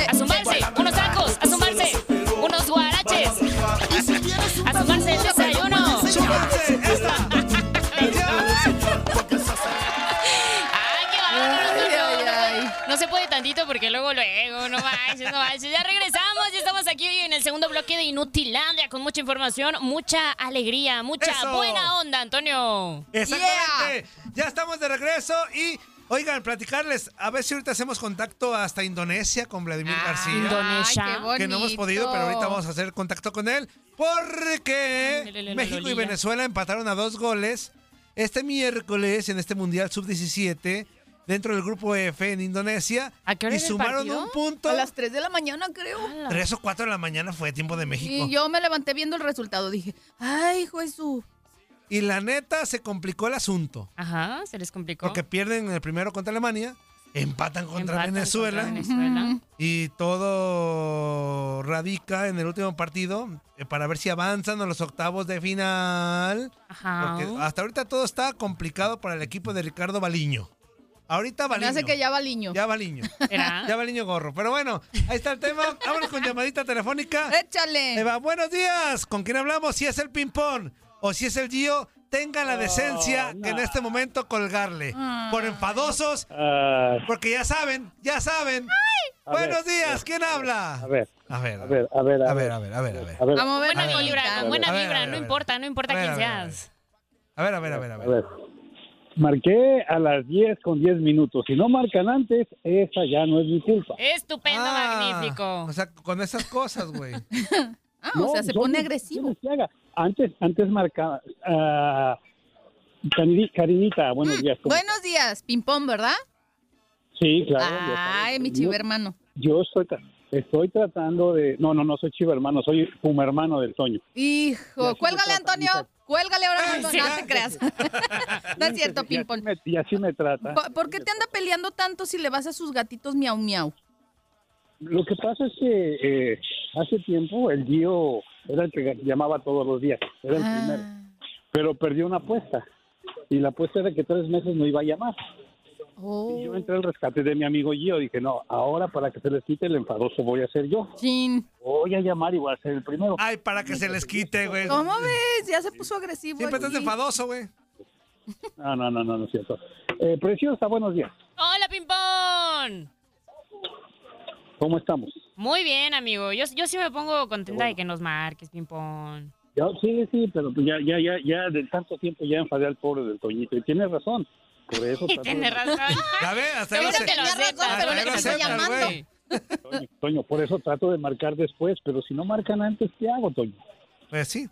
S2: A sumarse, unos tacos, a sumarse, unos guaraches. A sumarse el desayuno.
S5: eh, Ay, ay, ay.
S2: No se puede tantito porque luego luego, no manches, no manches. Ya regresamos, ya estamos aquí en el segundo bloque de Inutilandia con mucha información, mucha alegría, mucha
S7: Eso.
S2: buena onda, Antonio.
S7: Exactamente. Ya estamos de regreso y, oigan, platicarles, a ver si ahorita hacemos contacto hasta Indonesia con Vladimir García.
S2: Indonesia. Ah, Ay, qué
S7: Que no hemos podido, pero ahorita vamos a hacer contacto con él porque
S2: Ándale, la
S7: México y
S2: Lolita.
S7: Venezuela empataron a dos goles este miércoles en este Mundial Sub-17 dentro del grupo F en Indonesia y sumaron un punto.
S5: A las 3 de la mañana, creo.
S7: Tres o cuatro de la mañana fue tiempo de México.
S5: Y yo me levanté viendo el resultado. Dije, ay, Jesús.
S7: Y la neta se complicó el asunto.
S2: Ajá, se les complicó.
S7: Porque pierden en el primero contra Alemania, empatan contra
S2: Empatan
S7: Venezuela.
S2: contra Venezuela.
S7: Y todo radica en el último partido eh, para ver si avanzan a los octavos de final.
S2: Ajá.
S7: Porque hasta ahorita todo está complicado para el equipo de Ricardo Baliño. Ahorita
S5: Me
S7: Baliño.
S5: hace que ya Baliño.
S7: Ya Baliño. Ya Baliño gorro. Pero bueno, ahí está el tema. Vámonos con llamadita telefónica.
S5: Échale.
S7: Eva, buenos días. ¿Con quién hablamos? Si es el ping-pong o si es el Gio, tenga la decencia que en este momento colgarle. Por enfadosos,
S15: Ah,
S7: porque ya saben, ya saben.
S16: A
S7: Buenos
S16: ver,
S7: días, ¿quién habla?
S16: A ver,
S7: a ver,
S16: a ver, a ver, a ver, a
S7: ver, a ver, a ver.
S16: A ver,
S5: Vamos a ver,
S2: Buena
S5: Antonio.
S2: vibra,
S16: ver,
S2: buena
S16: a ver,
S2: vibra,
S16: a ver,
S2: no
S16: a ver.
S2: importa, no importa
S16: A ver,
S2: quién
S16: a ver, a
S2: seas.
S7: a ver, a ver, a ver, a
S16: ver. Marqué a las 10 con 10 minutos. Si no marcan antes, esa ya no es mi culpa.
S5: Eh,
S2: Estupendo,
S7: Ah,
S2: magnífico.
S7: O sea, con esas cosas, güey.
S5: Ah,
S16: No,
S5: o sea, se
S16: son
S5: pone
S16: mis
S5: agresivo.
S16: decisiones que haga. Antes, antes marcaba. ah, Cari- Carinita,
S5: Mm,
S16: buenos días. ¿cómo
S5: Buenos días, ping-pong, ¿verdad?
S16: estás? Sí, claro. ya sabes.
S5: Ay, mi chivo hermano.
S16: Yo estoy, tra- estoy tratando de. No, no, no soy chivo hermano, soy puma hermano del sueño.
S5: Hijo, cuélgale, Antonio. Cuélgale ahora mismo, no te creas. no es cierto,
S16: Y
S5: Pim.
S16: así, me, y así me trata.
S5: ¿Por, por qué te anda peleando tanto si le vas a sus gatitos miau miau?
S16: Lo que pasa es que eh, hace tiempo el Gio era el que llamaba todos los días, era el primero, pero perdió una apuesta y la apuesta era que tres meses no iba a llamar. Y yo entré al rescate de mi amigo Gio, dije, no, ahora para que se les quite el enfadoso voy a ser yo. Voy a llamar y voy a ser el primero.
S7: Ay, para que se les quite, güey.
S5: ¿Cómo ves? Ya se puso agresivo.
S7: Siempre estás
S5: aquí.
S7: enfadoso, güey.
S16: No, no, no, no, no es cierto. Eh, preciosa, buenos días.
S2: Hola, Pimpón.
S16: ¿Cómo estamos?
S2: Muy bien, amigo. Yo, yo sí me pongo contenta de que nos marques, Pimpón.
S16: Yo, sí, sí, pero pues ya, ya, ya, ya de tanto tiempo ya enfadé al pobre del Toñito y tiene razón. Por eso trato de-
S2: Tienes razón.
S7: Ya ve, hasta
S2: Seguro
S7: ahora se-
S2: que lo
S7: Tenía razón,
S2: aceptas,
S7: pero
S2: seguro
S7: no
S2: que
S7: te
S2: te
S7: estoy
S2: aceptas,
S7: llamando.
S2: güey.
S16: Toño, por eso trato de marcar después, pero si no marcan antes, ¿qué hago, Toño?
S7: Pues sí.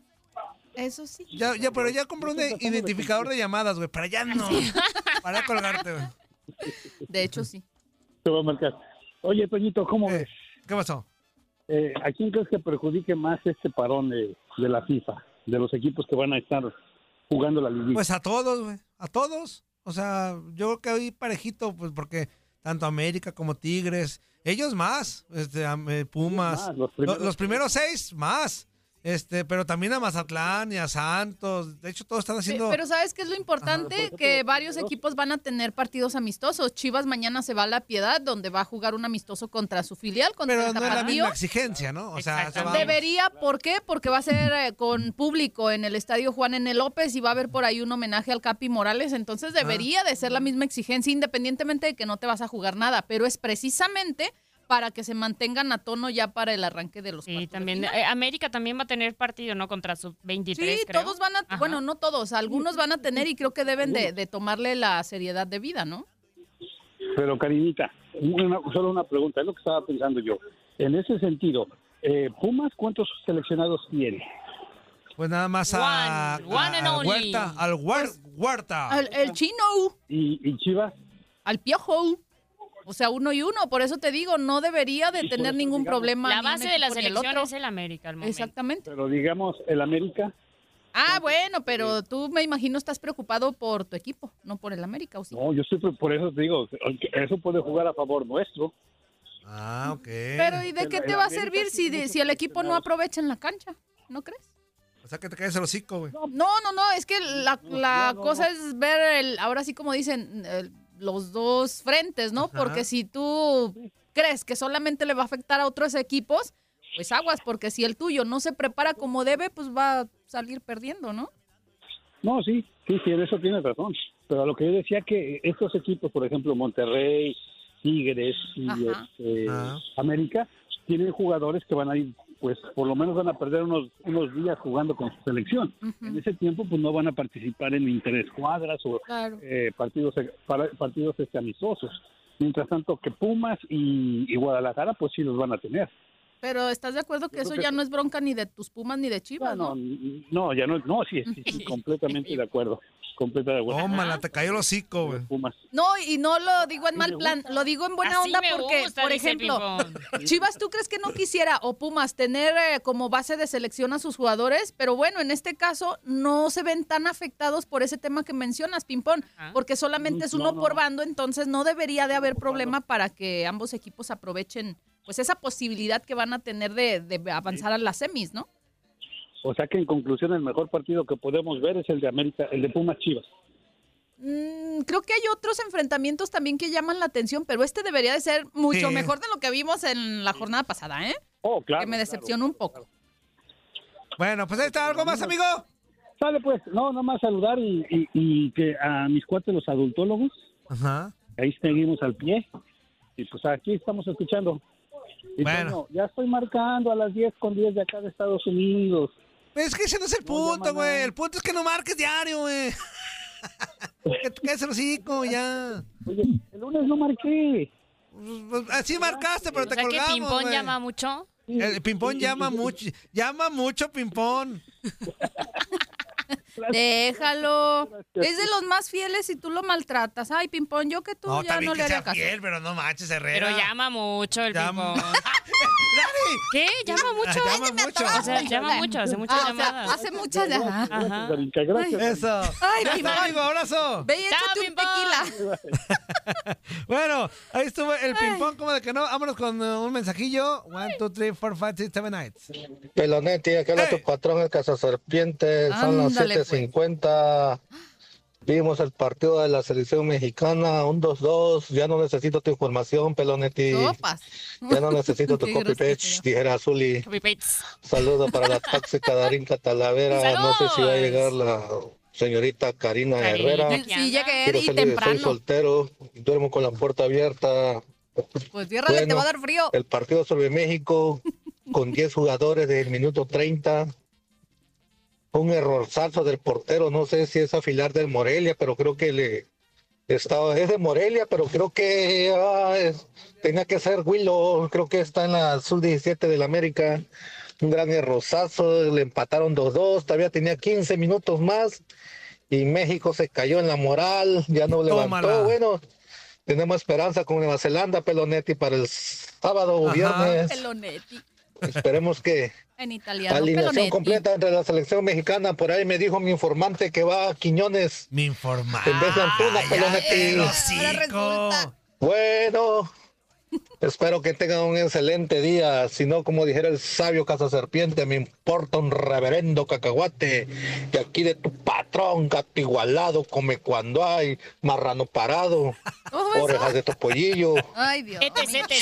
S5: Eso sí. Ah,
S7: Ya, ya, pero ya compré un identificador de llamadas, güey. Para allá no. Para colgarte, güey.
S5: De hecho, sí.
S16: Te voy a marcar. Oye, Toñito, ¿cómo ves?
S7: ¿Qué pasó?
S16: Eh, ¿A quién crees que perjudique más este parón de, de la FIFA, de los equipos que van a estar jugando la liguilla?
S7: Pues a todos, güey. A todos. O sea, yo creo que hoy parejito, pues porque tanto América como Tigres, ellos más, este, am- eh, Pumas,
S16: Ellos más,
S7: lo- los
S16: los
S7: primeros,
S16: primeros
S7: seis más. Este, pero también a Mazatlán y a Santos. De hecho, todos están
S5: Sí,
S7: haciendo.
S5: Pero ¿sabes qué es lo importante? que varios equipos van a tener partidos amistosos. Chivas mañana se va a La Piedad, donde va a jugar un amistoso contra su filial, contra
S7: Pero
S5: el
S7: no es la
S5: Tapatío.
S7: misma exigencia, ¿no? O sea, se va-
S5: Debería, ¿por qué? Porque va a ser eh, con público en el Estadio Juan N. López y va a haber por ahí un homenaje al Capi Morales, entonces
S2: Ah.
S5: debería de ser la misma exigencia, independientemente de que no te vas a jugar nada, pero es precisamente para que se mantengan a tono ya para el arranque de los
S7: pues,
S2: Y también eh, América también va a tener partido, ¿no? Contra sub 23.
S5: Sí,
S2: creo.
S5: todos van a, bueno, no todos, algunos van a tener y creo que deben de, de tomarle la seriedad de vida, ¿no?
S16: Pero Karinita, una- solo una pregunta, es lo que estaba pensando yo. En ese sentido, eh, Pumas, ¿cuántos seleccionados tiene?
S7: Pues nada más a,
S5: One, one
S7: a-
S5: and
S7: al
S5: only. Pues
S7: Huerta, al Huer-
S2: Ah.
S7: Huerta.
S5: Al- el chino,
S16: ¿Y, y Chivas?
S5: al piojo. O sea, uno y uno, por eso te digo, no debería de tener ningún problema.
S2: La
S5: ni un
S2: base de la
S5: equipo ni el otro.
S2: selección es el América al momento.
S5: Exactamente.
S16: Pero digamos, el América,
S5: Ah, bueno, pero tú me imagino estás preocupado por tu equipo, no por el América, ¿o sí?
S16: no, yo estoy, por- por eso te digo, eso puede jugar a favor nuestro.
S7: Ah, ok.
S5: Pero ¿y de
S16: El-
S5: qué
S16: el
S5: te va a
S16: América
S5: servir si, de- si el equipo no aprovecha en la cancha? ¿No crees?
S7: O sea, que te caes el hocico, güey.
S5: No, no, no, es que la, la cosa es ver, el, ahora sí como dicen, el- los dos frentes, ¿no?
S7: Ajá.
S5: Porque si tú crees que solamente le va a afectar a otros equipos, pues aguas, porque si el tuyo no se prepara como debe, pues va a salir perdiendo, ¿no?
S16: No, sí, sí, sí, en eso tienes razón. Pero a lo que yo decía que estos equipos, por ejemplo, Monterrey, Tigres y
S5: Ajá.
S16: este, América, tienen jugadores que van a ir, pues por lo menos van a perder unos, unos días jugando con su selección. En ese tiempo, pues no van a participar en interescuadras o
S5: Claro.
S16: eh, partidos eh, para- partidos este, amistosos. Mientras tanto, que Pumas y, y Guadalajara, pues sí los van a tener.
S5: Pero ¿estás de acuerdo que
S16: Yo
S5: eso
S16: creo que-
S5: ya no es bronca ni de tus Pumas ni de Chivas, no?
S16: No, ya no, no, sí, sí, sí, completamente de acuerdo. Completamente de acuerdo.
S7: Tómala, te cayó el hocico, güey.
S16: Pumas.
S5: No, y no lo digo en
S16: Así
S5: mal
S16: me
S5: plan, lo digo en buena
S2: Así
S5: onda
S2: me
S5: porque,
S2: gusta,
S5: por
S2: dice
S5: ejemplo, Chivas, ¿tú crees que no quisiera o Pumas tener eh, como base de selección a sus jugadores? Pero bueno, en este caso no se ven tan afectados por ese tema que mencionas, Pimpón,
S2: Ah.
S5: porque solamente es
S16: Mm, No,
S5: uno
S16: no,
S5: por
S16: no.
S5: bando, entonces no debería de haber problema para que ambos equipos aprovechen pues esa posibilidad que van a tener de, de avanzar a las semis, ¿no?
S16: O sea que en conclusión el mejor partido que podemos ver es el de América, el de Pumas Chivas.
S5: Mm, creo que hay otros enfrentamientos también que llaman la atención, pero este debería de ser mucho
S16: Sí.
S5: mejor de lo que vimos en la jornada pasada, ¿eh?
S16: Oh, claro.
S5: que me decepcionó un poco.
S7: Bueno, pues ahí está, ¿algo más, amigo?
S16: Sale pues, no, nomás saludar y, y- y que a mis cuates los adultólogos,
S7: Ajá.
S16: ahí seguimos al pie. Y pues aquí estamos escuchando. Y
S7: Bueno.
S16: Toño, ya estoy marcando a las 10 con 10 de acá de Estados Unidos.
S7: Pero Pues es que ese no es el punto, güey. El punto es que no marques diario, güey. que te caes el hocico, ya. Pues,
S16: Oye, el lunes no marqué.
S7: Así marcaste, pero
S2: O
S7: te
S2: sea que
S7: colgamos,
S2: Pimpón
S7: güey.
S2: llama mucho.
S7: El Pimpón llama mucho, llama mucho Pimpón.
S5: Déjalo. Es de los más fieles y tú lo maltratas. Ay, Pimpón, yo que tú
S7: No,
S5: ya
S7: también
S5: no le
S7: que
S5: haría
S7: sea
S5: caso.
S7: fiel, pero no manches, Herrera.
S2: Pero llama mucho el
S7: Llama-
S2: Pimpón. ¿Qué? ¿Llama mucho?
S7: Ah, Llama mucho.
S2: O sea, llama mucho, hace muchas
S5: Ah, o sea,
S2: llamadas.
S5: hace muchas, ajá.
S2: Ajá.
S16: Gracias.
S7: Eso.
S5: Ay,
S7: Ya está,
S5: Pimpón.
S7: amigo, abrazo.
S5: Ve, y échate un tequila.
S7: Bueno, ahí estuvo el Pimpón, como de que no. Vámonos con eh, un mensajillo. One, two, three, four, five, six, seven, eight.
S17: Pelonetti, acá habla tu patrón, el Serpiente, son las
S7: Ándale,
S5: pues.
S17: 7.50. Vimos el partido de la selección mexicana, un 2-2. Ya no necesito tu información, Pelonetti.
S5: Sopas.
S17: Ya no necesito tu
S5: Qué
S17: copy page, dijera Azuli. Saludo para la tóxica Darinka Talavera. No sé si va a llegar la señorita Karina
S5: Karina,
S17: Herrera.
S5: ¿qué Sí, anda? llegué,
S17: Quiero
S5: y
S17: salir,
S5: temprano.
S17: Soy soltero, duermo con la puerta abierta.
S5: Pues ciérrale, te va a dar frío.
S17: El partido sobre México con 10 jugadores del minuto 30. Un errorzazo del portero, no sé si es afilar del Morelia, pero creo que le estaba es de Morelia, pero creo que ah, es- tenía que ser Willow, creo que está en la sub 17 del América. Un gran errorzazo, le empataron 2-2, todavía tenía 15 minutos más y México se cayó en la moral, ya no levantó.
S7: Tómala.
S17: Bueno, tenemos esperanza con Nueva Zelanda, Pelonetti, para el sábado o viernes.
S5: Pelonetti.
S17: Esperemos que
S5: En italiano.
S17: alineación
S5: Pelonetti.
S17: completa entre la selección mexicana. Por ahí me dijo mi informante que va a Quiñones.
S7: Mi informante.
S17: En vez de Antuna,
S7: Ya
S17: Pelonetti.
S7: te lo hocico.
S17: Bueno, Espero que tengan un excelente día. Si no, como dijera el sabio Casa Serpiente, me importa un reverendo cacahuate. Y aquí de tu patrón, gato igualado, come cuando hay, marrano parado, orejas de topollillo.
S5: Ay, Dios.
S2: Eh,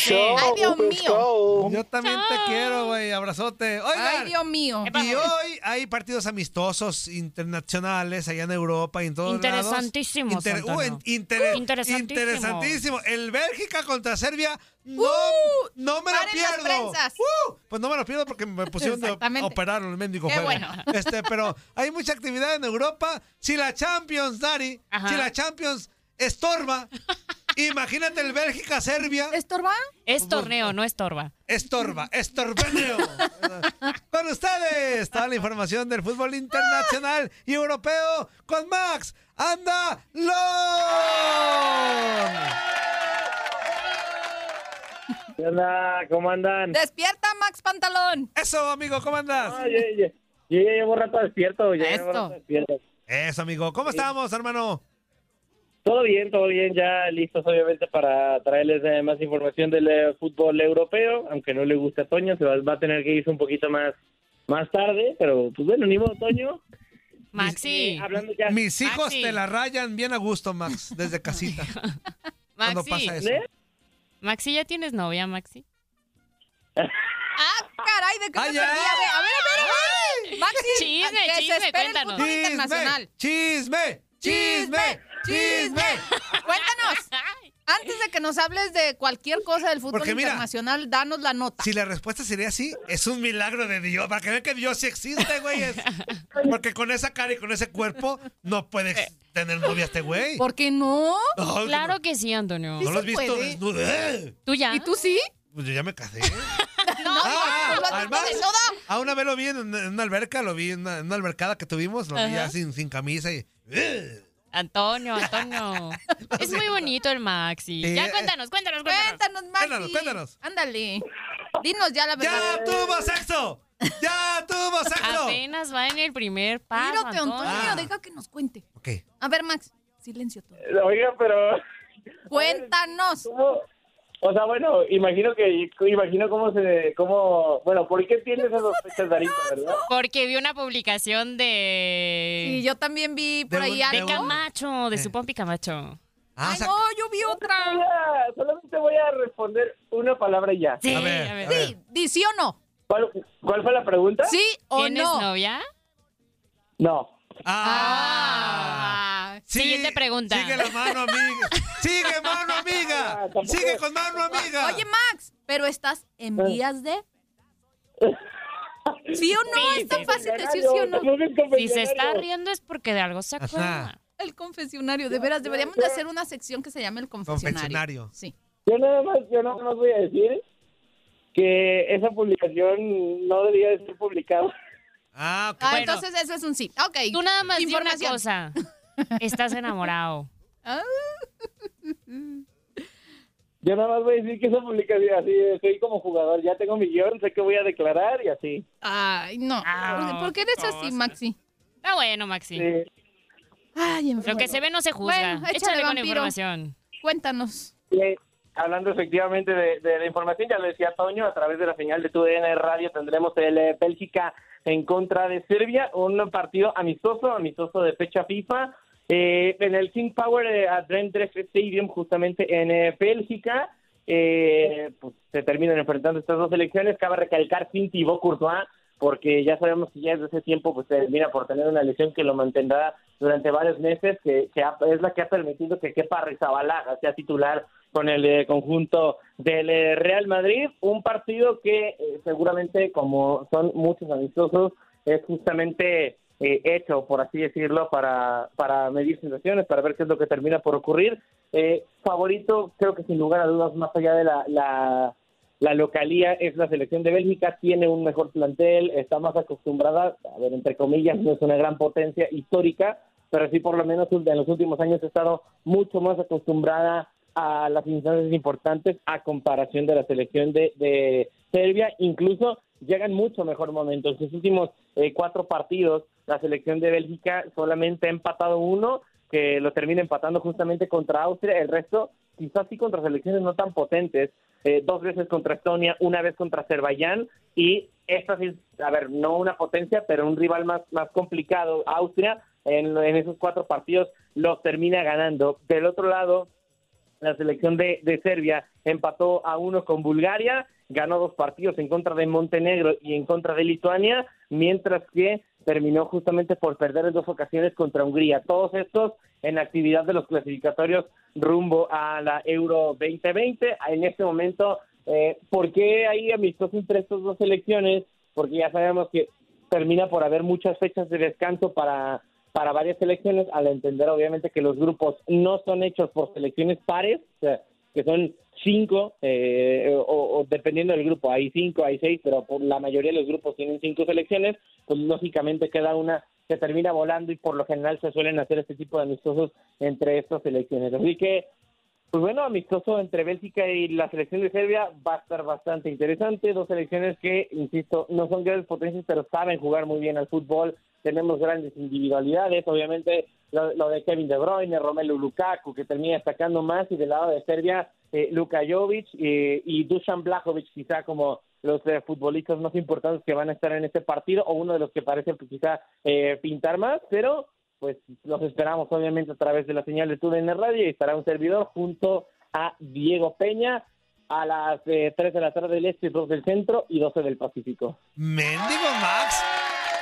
S17: Chao,
S5: Ay, Dios
S17: pues,
S5: mío.
S7: Yo también te quiero, güey. Abrazote. Oigan,
S5: Ay, Dios mío.
S7: y hoy hay partidos amistosos internacionales allá en Europa y en todos
S2: Interesantísimo,
S7: lados. Inter-
S2: Santana.
S7: uh, en- inter-
S2: Interesantísimo.
S7: interesantísimo. El Bélgica contra Serbia. No, no me lo
S5: ¡Uh! paren las
S7: pierdo.
S5: prensas.
S7: Uh, pues no me lo pierdo porque me pusieron de
S5: Exactamente.
S7: operaron el mendigo
S5: Qué
S7: juego.
S5: bueno.
S7: Este, pero hay mucha actividad en Europa. Si la Champions, Dari,
S2: Ajá.
S7: si la Champions estorba, imagínate el Bélgica-Serbia. Pues,
S5: ¿Estorba?
S2: Es torneo, no estorba.
S7: Estorba, estorbeneo. con ustedes, toda la información del fútbol internacional y europeo con Max Andalón.
S15: ¿Qué onda? ¿Cómo andan?
S5: Despierta, Max Pantalón.
S7: Eso, amigo, ¿cómo andas?
S15: No, yo, yo- yo ya llevo rato despierto. Ya llevo
S7: Esto.
S15: rato despierto.
S7: Eso, amigo. ¿Cómo estamos, hermano?
S15: Todo bien, todo bien. Ya listos, obviamente, para traerles eh, más información del eh, fútbol europeo. Aunque no le guste a Toño, se va, va a tener que irse un poquito más, más tarde. Pero, pues bueno, ni modo, Toño.
S2: Maxi.
S7: Mis hijos
S2: Maxi.
S7: te la rayan bien a gusto, Max, desde casita.
S2: Maxi.
S7: cuando pasa eso.
S2: Maxi, ¿ya tienes novia, Maxi? ah,
S5: Caray, ¿de qué me
S2: Ay,
S5: perdí? A ver, a ver, a ver, a ver. Maxi,
S2: Chisme,
S5: que
S2: chisme,
S5: se espera el
S2: cuéntanos.
S5: fútbol internacional.
S7: Chisme, chisme, chisme.
S5: Cuéntanos. Antes de que nos hables de cualquier cosa del fútbol
S7: Porque mira,
S5: internacional, danos la nota.
S7: Si la respuesta sería sí, es un milagro de Dios. Para que vean que Dios sí existe, güey. es- Porque con esa cara y con ese cuerpo no puedes tener novia este güey.
S5: ¿Por qué no?
S7: No,
S2: Claro que sí, Antonio.
S7: ¿No lo has visto desnudo? ¡Eh!
S2: ¿Tú ya? ¿Y
S5: tú sí?
S7: Pues yo ya me casé.
S5: No,
S7: Ah,
S5: no, no,
S7: al
S5: no,
S7: mar.
S5: de soda.
S7: Ah, una vez lo vi en, en una alberca, lo vi en una, en una albercada que tuvimos, lo vi
S2: Ajá.
S7: ya sin, sin camisa y... ¡eh!
S2: Antonio, Antonio. es muy bonito el Maxi.
S7: Sí, eh,
S2: ya cuéntanos, cuéntanos, cuéntanos.
S5: Cuéntanos, Maxi.
S7: Cuéntanos, cuéntanos.
S5: Ándale. Dinos ya la verdad.
S7: ¡Ya tuvo sexo! ¡Ya tuvo sexo!
S2: Apenas va en el primer paso.
S5: Mírate, Antonio,
S2: Antonio.
S5: deja que nos cuente.
S7: Ok.
S5: A ver, Max, silencio todo.
S15: Oiga, pero...
S5: Cuéntanos.
S15: O sea, bueno, imagino que... Imagino cómo se... Cómo, bueno, ¿por qué tienes esas sospechas, Darito, verdad?
S2: Porque vi una publicación de.
S5: Y yo también vi por
S2: de
S5: ahí
S2: un- De
S5: algo.
S2: Camacho, de su pompi Camacho.
S7: Eh. Ah,
S5: Ay, no, yo vi otra.
S15: Ah, Solamente voy a responder una palabra y ya.
S2: Sí, A ver, a ver. a ver.
S5: Sí, di sí o no.
S15: ¿Cuál, cuál fue la pregunta?
S5: Sí o
S2: ¿Tienes
S5: no.
S2: novia?
S15: No.
S2: Ah. Siguiente pregunta.
S7: Sigue la mano, amiga. Sigue mano,
S15: Ah,
S7: amiga. Sigue con mano, amiga.
S5: Oye, Max, pero estás en
S15: Eh.
S5: vías de. ¿Sí o no?
S2: Sí,
S5: es tan
S2: sí.
S5: fácil decir sí o no.
S2: Si se está riendo es porque de algo se acuerda.
S5: El confesionario, de veras, deberíamos de hacer una sección que se llame el confesionario.
S7: Confesionario.
S5: Sí.
S15: Yo nada más, yo nada más voy a decir que esa publicación no debía de ser publicada.
S7: Ah, ok.
S5: Ah,
S2: Bueno.
S5: entonces eso es un sí. Ok.
S2: Tú nada más di una
S5: Información.
S2: cosa. Estás enamorado.
S5: Ah,
S15: Yo nada más voy a decir que esa publicación, así, soy como jugador, ya tengo mi guión, sé que voy a declarar y así.
S5: Ay, no.
S2: Ah,
S5: ¿Por qué eres así,
S2: cosas.
S5: Maxi?
S2: Está bueno, Maxi.
S15: Sí.
S5: Ay, en
S2: Lo que se ve no se juzga.
S5: Bueno, échale,
S2: échale, con
S5: vampiro.
S2: información.
S5: Cuéntanos.
S15: Eh, hablando efectivamente de, de la información, ya lo decía Toño, a través de la señal de TUDN Radio tendremos el eh, Bélgica en contra de Serbia, un partido amistoso, amistoso de fecha FIFA, eh, en el King Power eh, Adrendrecht Stadium, justamente en eh, Bélgica. eh, pues, se terminan enfrentando estas dos elecciones. Cabe recalcar sin Thibaut Courtois, porque ya sabemos que ya desde ese tiempo pues termina por tener una lesión que lo mantendrá durante varios meses, que, que ha- es la que ha permitido que Kepa Rizabalaga sea titular con el eh, conjunto del eh, Real Madrid. Un partido que eh, seguramente, como son muchos amistosos, es justamente eh, hecho, por así decirlo, para, para medir sensaciones, para ver qué es lo que termina por ocurrir. Eh, favorito, creo que sin lugar a dudas, más allá de la, la, la localía, es la selección de Bélgica, tiene un mejor plantel, está más acostumbrada, a ver, entre comillas, no es una gran potencia histórica, pero sí por lo menos en los últimos años ha estado mucho más acostumbrada a las instancias importantes a comparación de la selección de, de Serbia, incluso llega en mucho mejor momento. En sus últimos eh, cuatro partidos, la selección de Bélgica solamente ha empatado uno, que lo termina empatando justamente contra Austria, el resto quizás sí contra selecciones no tan potentes, eh, dos veces contra Estonia, una vez contra Azerbaiyán y esta sí, es, a ver, no una potencia, pero un rival más, más complicado, Austria, en, en esos cuatro partidos los termina ganando. Del otro lado, la selección de, de Serbia empató a uno con Bulgaria, ganó dos partidos en contra de Montenegro y en contra de Lituania, mientras que terminó justamente por perder en dos ocasiones contra Hungría. Todos estos en actividad de los clasificatorios rumbo a la Euro 2020. En este momento, eh, ¿por qué hay amistosos entre estas dos selecciones? Porque ya sabemos que termina por haber muchas fechas de descanso para para varias selecciones, al entender obviamente que los grupos no son hechos por selecciones pares, o sea, que son cinco, eh, o, o dependiendo del grupo, hay cinco, hay seis, pero por la mayoría de los grupos tienen cinco selecciones, pues lógicamente queda una que termina volando y por lo general se suelen hacer este tipo de amistosos entre estas selecciones. Así que, pues bueno, amistoso entre Bélgica y la selección de Serbia va a estar bastante interesante. Dos selecciones que, insisto, no son grandes potencias, pero saben jugar muy bien al fútbol. Tenemos grandes individualidades, obviamente lo, lo de Kevin De Bruyne, Romelu Lukaku, que termina destacando más, y del lado de Serbia, eh, Luka Jovic eh, y Dusan Blajovic, quizá como los eh, futbolistas más importantes que van a estar en este partido, o uno de los que parece pues, quizá eh, pintar más, pero pues los esperamos obviamente a través de la señal de TUDN Radio y estará un servidor junto a Diego Peña a las eh, 3 de la tarde del este, 2 del centro y 12 del Pacífico.
S7: Mendigo Max.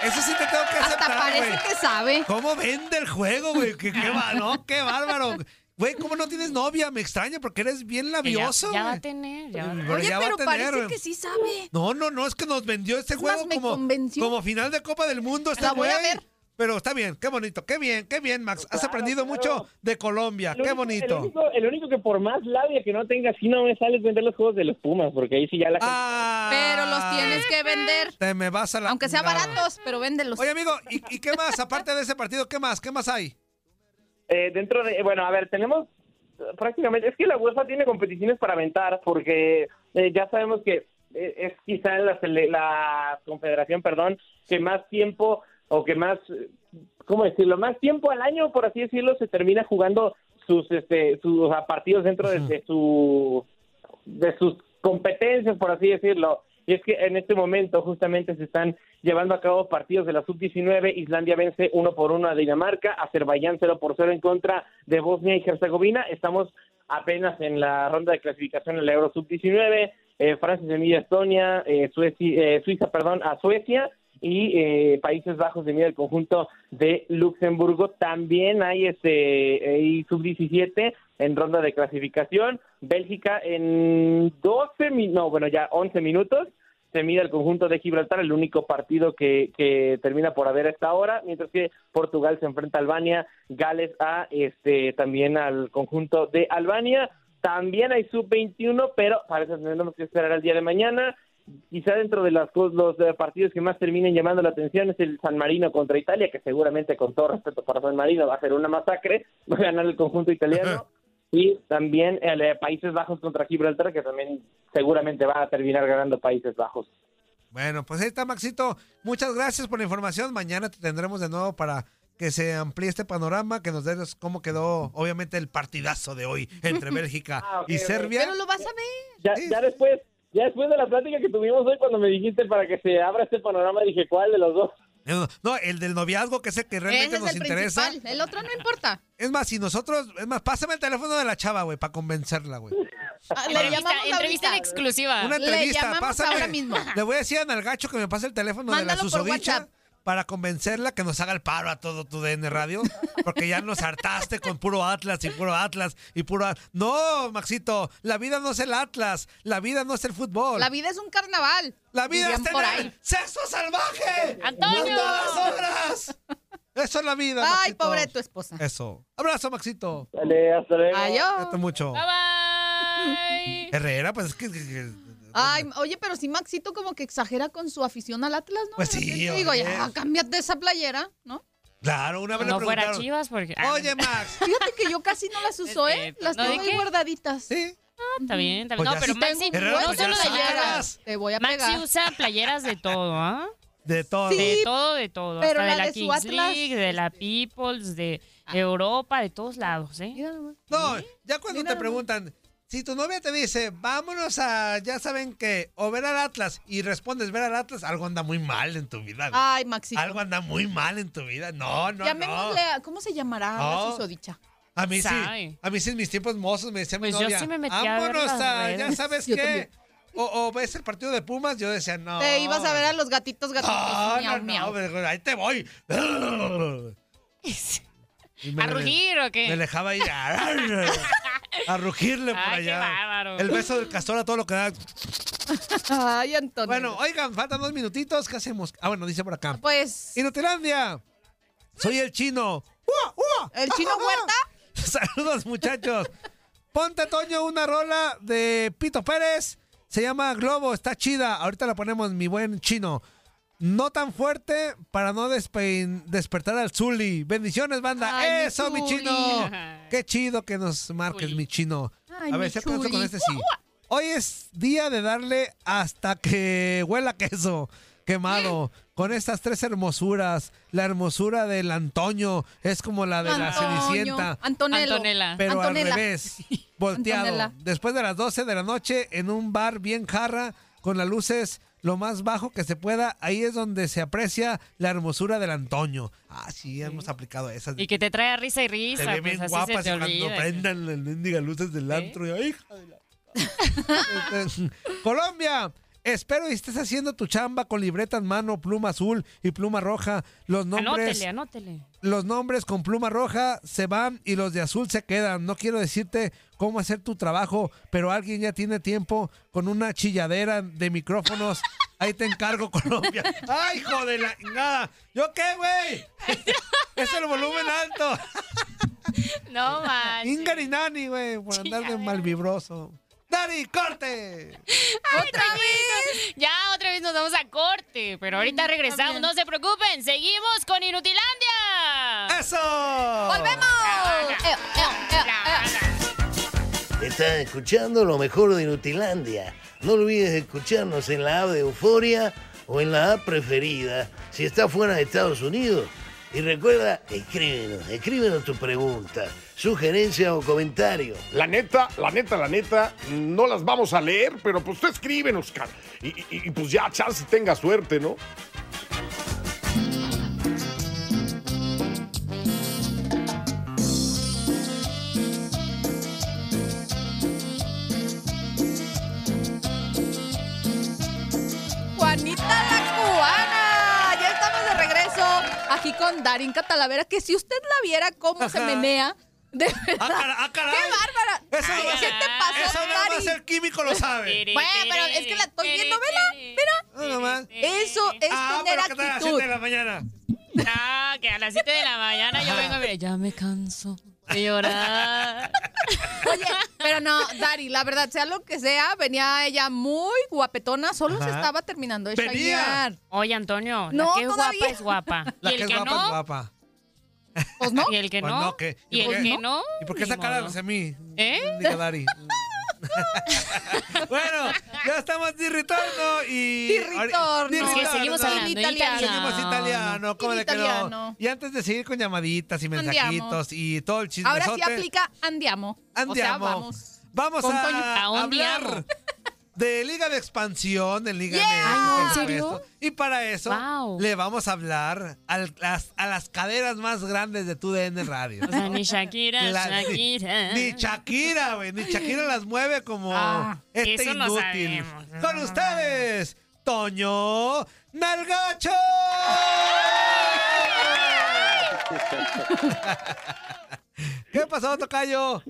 S7: Eso sí te tengo que aceptar,
S5: parece
S7: güey.
S5: que sabe.
S7: ¿Cómo vende el juego, güey? ¿Qué, qué, va- no, qué bárbaro. Güey, ¿cómo no tienes novia? Me extraña porque eres bien labioso.
S2: ya, ya va
S7: güey.
S2: a tener, ya va a
S7: Pero
S2: tener.
S7: ya va a tener, güey.
S5: sí sabe.
S7: No, no, no, es que nos vendió este juego como, como final de Copa del Mundo. Está
S5: La voy a
S7: güey.
S5: ver.
S7: Pero está bien, qué bonito, qué bien, qué bien, Max. Has aprendido mucho de Colombia,
S15: Lo
S7: qué
S15: único-
S7: bonito.
S15: El único, el único que por más labia que no tengas, si no me sales vender los juegos de los Pumas, porque ahí sí ya la gente...
S5: Pero los tienes que vender.
S7: Ah, Te me vas a la.
S5: Aunque sea
S7: chingada.
S5: baratos, pero véndelos.
S7: Oye, amigo, ¿y, y qué más? Aparte de ese partido, ¿qué más? ¿Qué más hay?
S15: Eh, dentro de, bueno, a ver, tenemos eh, prácticamente, es que la UEFA tiene competiciones para aventar, porque eh, ya sabemos que eh, es quizá la, sele- la confederación, perdón, que más tiempo, o que más, eh, ¿cómo decirlo? Más tiempo al año, por así decirlo, se termina jugando sus, este, sus ah, partidos dentro de, de su de sus competencias, por así decirlo. Y es que en este momento justamente se están llevando a cabo partidos de la sub-19. Islandia vence uno por uno a Dinamarca, Azerbaiyán 0 por 0 en contra de Bosnia y Herzegovina. Estamos apenas en la ronda de clasificación en la Euro sub-19. Eh, Francia se mide a Estonia, eh, Suecia, eh, Suiza, perdón, a Suecia y eh, Países Bajos de mira el conjunto de Luxemburgo. También hay este eh, sub-17 en ronda de clasificación. Bélgica en 12, mi- no, bueno, ya 11 minutos se mide el conjunto de Gibraltar, el único partido que, que termina por haber a esta hora, mientras que Portugal se enfrenta a Albania, Gales a este también al conjunto de Albania. También hay sub-21, pero para eso tenemos que esperar al día de mañana quizá dentro de las, cos- los eh, partidos que más terminen llamando la atención es el San Marino contra Italia, que seguramente con todo respeto para San Marino va a ser una masacre, va a ganar el conjunto italiano. Y también el eh, Países Bajos contra Gibraltar, que también seguramente va a terminar ganando Países Bajos.
S7: Bueno, pues ahí está, Maxito. Muchas gracias por la información. Mañana te tendremos de nuevo para que se amplíe este panorama, que nos des cómo quedó, obviamente, el partidazo de hoy entre Bélgica
S15: Ah, ok,
S7: y
S15: ok.
S7: Serbia.
S5: Pero lo vas a ver.
S15: Ya, ya después, ya después de la plática que tuvimos hoy cuando me dijiste para que se abra este panorama, dije, ¿cuál de los dos?
S7: No, no, el del noviazgo, que es el que realmente
S5: Ese es
S7: nos
S5: el
S7: interesa.
S5: principal. El otro no
S2: Ah,
S5: importa.
S7: Es más, si nosotros, es más, pásame el teléfono de la chava, güey, para convencerla, güey.
S5: Ah, le
S2: Entrevista-
S5: llamamos ahorita.
S2: entrevista en exclusiva.
S7: Una
S5: Le
S7: entrevista,
S5: llamamos
S7: pásame.
S5: ahora mismo.
S7: Le voy a decir a Nalgacho que me pase el teléfono de la
S5: Mándalo por
S7: susodicha
S5: WhatsApp.
S7: para convencerla que nos haga el paro a todo tu DN Radio, porque ya nos hartaste con puro Atlas y puro Atlas y puro Atlas. No, Maxito, la vida no es el Atlas, la vida no es el fútbol.
S5: La vida es un carnaval.
S7: La vida
S5: Dirían
S7: es tener
S5: por ahí.
S7: sexo salvaje.
S5: ¡Antonio!
S7: ¡A todas horas! Eso es la vida,
S5: Ay,
S7: Maxito.
S5: pobre tu esposa.
S7: Eso. Abrazo, Maxito.
S15: Dale, hasta luego.
S5: Adiós.
S7: Cuídate mucho.
S5: Bye.
S7: Herrera, pues es que- que- que
S5: Ay, oye, pero si Maxito como que exagera con su afición al Atlas, ¿no?
S7: Pues
S5: De
S7: sí,
S5: repente Digo,
S7: oye.
S5: ya, cámbiate esa playera, ¿no?
S7: Claro, una vez
S2: No
S7: le
S2: fuera
S7: preguntaron.
S2: Chivas porque...
S7: Oye, Max.
S5: ah, Fíjate que yo casi no las uso, ¿eh? Las
S2: ¿No, de
S5: tengo ahí
S2: qué?
S5: guardaditas.
S7: Sí.
S2: Está bien, está
S7: Pues
S2: bien.
S7: ya
S2: no, pero
S7: sí
S2: Maxi,
S7: tengo. Herrera,
S2: no
S7: pues ya
S2: solo
S7: sácalas.
S2: playeras.
S5: Te voy a
S2: Maxi
S5: pegar.
S2: usa playeras de todo, ¿ah?
S7: De todo.
S2: De todo, de todo.
S5: pero
S2: Hasta de
S5: la
S2: la
S5: de su
S2: Kings
S5: Atlas,
S2: League, de la Peoples, de
S5: Ah.
S2: Europa, de todos lados, ¿eh?
S7: No, ya cuando te preguntan, si tu novia te dice, vámonos a, ya saben qué, o ver al Atlas, y respondes ver al Atlas, algo anda muy mal en tu vida. güey.
S5: Ay, Maxito.
S7: Algo anda muy mal en tu vida. No, no, no.
S5: Llamémosle a- ¿Cómo se llamará
S7: No.
S5: la susodicha?
S7: A mí sí,
S5: Sabe.
S7: a mí sí en mis tiempos mozos me decía mi
S5: Pues yo
S7: novia,
S5: sí me metí a ver
S7: vámonos
S5: las
S7: a, ya
S5: redes".
S7: sabes
S5: Yo
S7: qué,
S5: también.
S7: o, o ves el partido de Pumas, yo decía, no.
S5: Te ibas a ver a los gatitos gatitos.
S7: Ah, No,
S5: miau,
S7: no,
S5: miau.
S7: no, pero ahí te voy. Y me-
S2: ¿A rugir o qué?
S7: Me dejaba ir a, a rugirle por
S2: Ay, qué
S7: allá.
S2: bárbaro.
S7: El beso del castor a todo lo que da.
S5: Ay, Antonio.
S7: Bueno, oigan, faltan dos minutitos. ¿Qué hacemos? Ah, bueno, dice por acá.
S5: Pues.
S7: Inutilandia. Soy el chino.
S5: ¿El chino huerta?
S7: Saludos, muchachos. Ponte, Toño, una rola de Pito Pérez. Se llama Globo, está chida. Ahorita la ponemos, mi buen chino. No tan fuerte para no despein- despertar al Zuli. Bendiciones, banda.
S1: Ay, mi
S7: ¡Eso, mi,
S1: Zuli.
S7: chino! Qué chido que nos marques, mi chino.
S1: Ay,
S7: A ver,
S1: mi
S7: si alcanzo con
S1: Zuli.
S7: este sí. Hoy es día de darle hasta que huela queso quemado. Con estas tres hermosuras. La hermosura del Antonio es como la de la
S5: Antonio.
S7: Cenicienta.
S5: Antonelo. Antonella.
S7: Pero
S5: Antonella.
S7: al revés. Volteado.
S5: Antonella.
S7: Después de las 12 de la noche, en un bar bien jarra, con las luces lo más bajo que se pueda, ahí es donde se aprecia la hermosura del Antonio. Ah, sí, hemos aplicado esas.
S2: Y que te trae risa y
S7: Se
S2: risa.
S7: ve
S2: pues,
S7: bien
S2: así
S7: guapas
S2: se te
S7: cuando
S2: olvida.
S7: prendan las mendigas luces del antro. y, ¡ay, Este, Colombia, espero y estés haciendo tu chamba con libreta en mano, pluma azul y pluma roja. Los nombres,
S2: Anótele, anótele.
S7: los nombres con pluma roja se van y los de azul se quedan. No quiero decirte cómo hacer tu trabajo, pero alguien ya tiene tiempo con una chilladera de micrófonos. Ahí te encargo, Colombia. ¡Ay, hijo de la nada! ¿Yo qué, güey? Es el volumen alto.
S2: No manches.
S7: Ingarinani, güey, por andar de malvibroso. ¡Dari, corte!
S2: ¡Otra vez! Ya, otra vez nos vamos a corte, pero ahorita regresamos. No se preocupen, seguimos con Inutilandia.
S7: ¡Eso!
S5: ¡Volvemos! Eh, eh, eh, eh.
S14: Estás escuchando lo mejor de Nutilandia. No olvides escucharnos en la app de Euforia o en la app preferida si estás fuera de Estados Unidos. Y recuerda, escríbenos, escríbenos tu pregunta, sugerencia o comentario.
S6: La neta, la neta, la neta, no las vamos a leer, pero pues tú escríbenos, Oscar. Y, y- y pues ya, chance tenga suerte, ¿no?
S5: Juanita la cubana. Ya estamos de regreso aquí con Darín Catalavera, que si usted la viera cómo se menea, de verdad.
S7: Ah, caray!
S5: ¡Qué bárbara!
S7: Eso
S5: Ay,
S7: no va a
S5: ¿Qué
S7: ser-
S5: te pasó,
S7: eso no va a
S5: Dari?
S7: ser químico, lo sabe.
S5: Bueno, pero es que la estoy viendo, vela, mira. Eso es tener
S7: pero Ah, ¿qué tal a las
S5: actitud.
S7: 7 de la mañana?
S2: No, que a las 7 de la mañana yo vengo y mire, ya me canso de llorar.
S5: Oye, pero no, Dari, la verdad, sea lo que sea, venía ella muy guapetona, solo se
S2: Ajá.
S5: estaba terminando de
S2: Venía.
S5: chayar.
S2: Oye, Antonio, la
S5: No,
S2: que es
S5: todavía.
S2: guapa es guapa.
S7: La
S2: y
S7: que
S2: el
S7: es
S2: que
S7: guapa
S2: no,
S7: es guapa.
S5: Pues no.
S2: Y el que
S7: Pues
S2: no.
S7: no, ¿qué?
S2: Y
S7: ¿Por
S2: el
S7: qué?
S2: que no.
S7: ¿Y por qué
S2: ni
S7: esa cara
S2: modo.
S7: hacia mí?
S2: ¿Eh?
S7: Diga Dari. bueno, ya estamos de retorno y...
S5: Di ritorno.
S7: Di
S5: Es que seguimos
S7: ¿no?
S5: hablando
S7: Seguimos
S5: italiano.
S7: Seguimos italiano, ¿cómo
S5: En
S7: le quedó?
S5: italiano.
S7: Y antes de seguir con llamaditas y
S5: Andiamo.
S7: mensajitos y todo el chisme.
S5: Ahora sí aplica andiamo. O sea,
S7: Andiamo.
S5: vamos.
S7: Vamos
S5: Con
S7: a,
S5: Toño. A un
S7: hablar
S5: diablo.
S7: de Liga de Expansión, de Liga
S5: Yeah.
S7: México,
S5: Ay, no, ¿en
S7: por
S5: serio?
S7: supuesto. Y para eso le vamos a hablar al- las- a las caderas más grandes de tu DN Radio.
S2: O sea, ni Shakira,
S7: La-
S2: Shakira.
S7: Ni Shakira, güey. Ni Shakira las mueve como
S2: Ah,
S7: este
S2: eso lo
S7: inútil.
S2: sabemos.
S7: Con ustedes, Toño Nalgacho. ¿Qué pasó, Tocayo?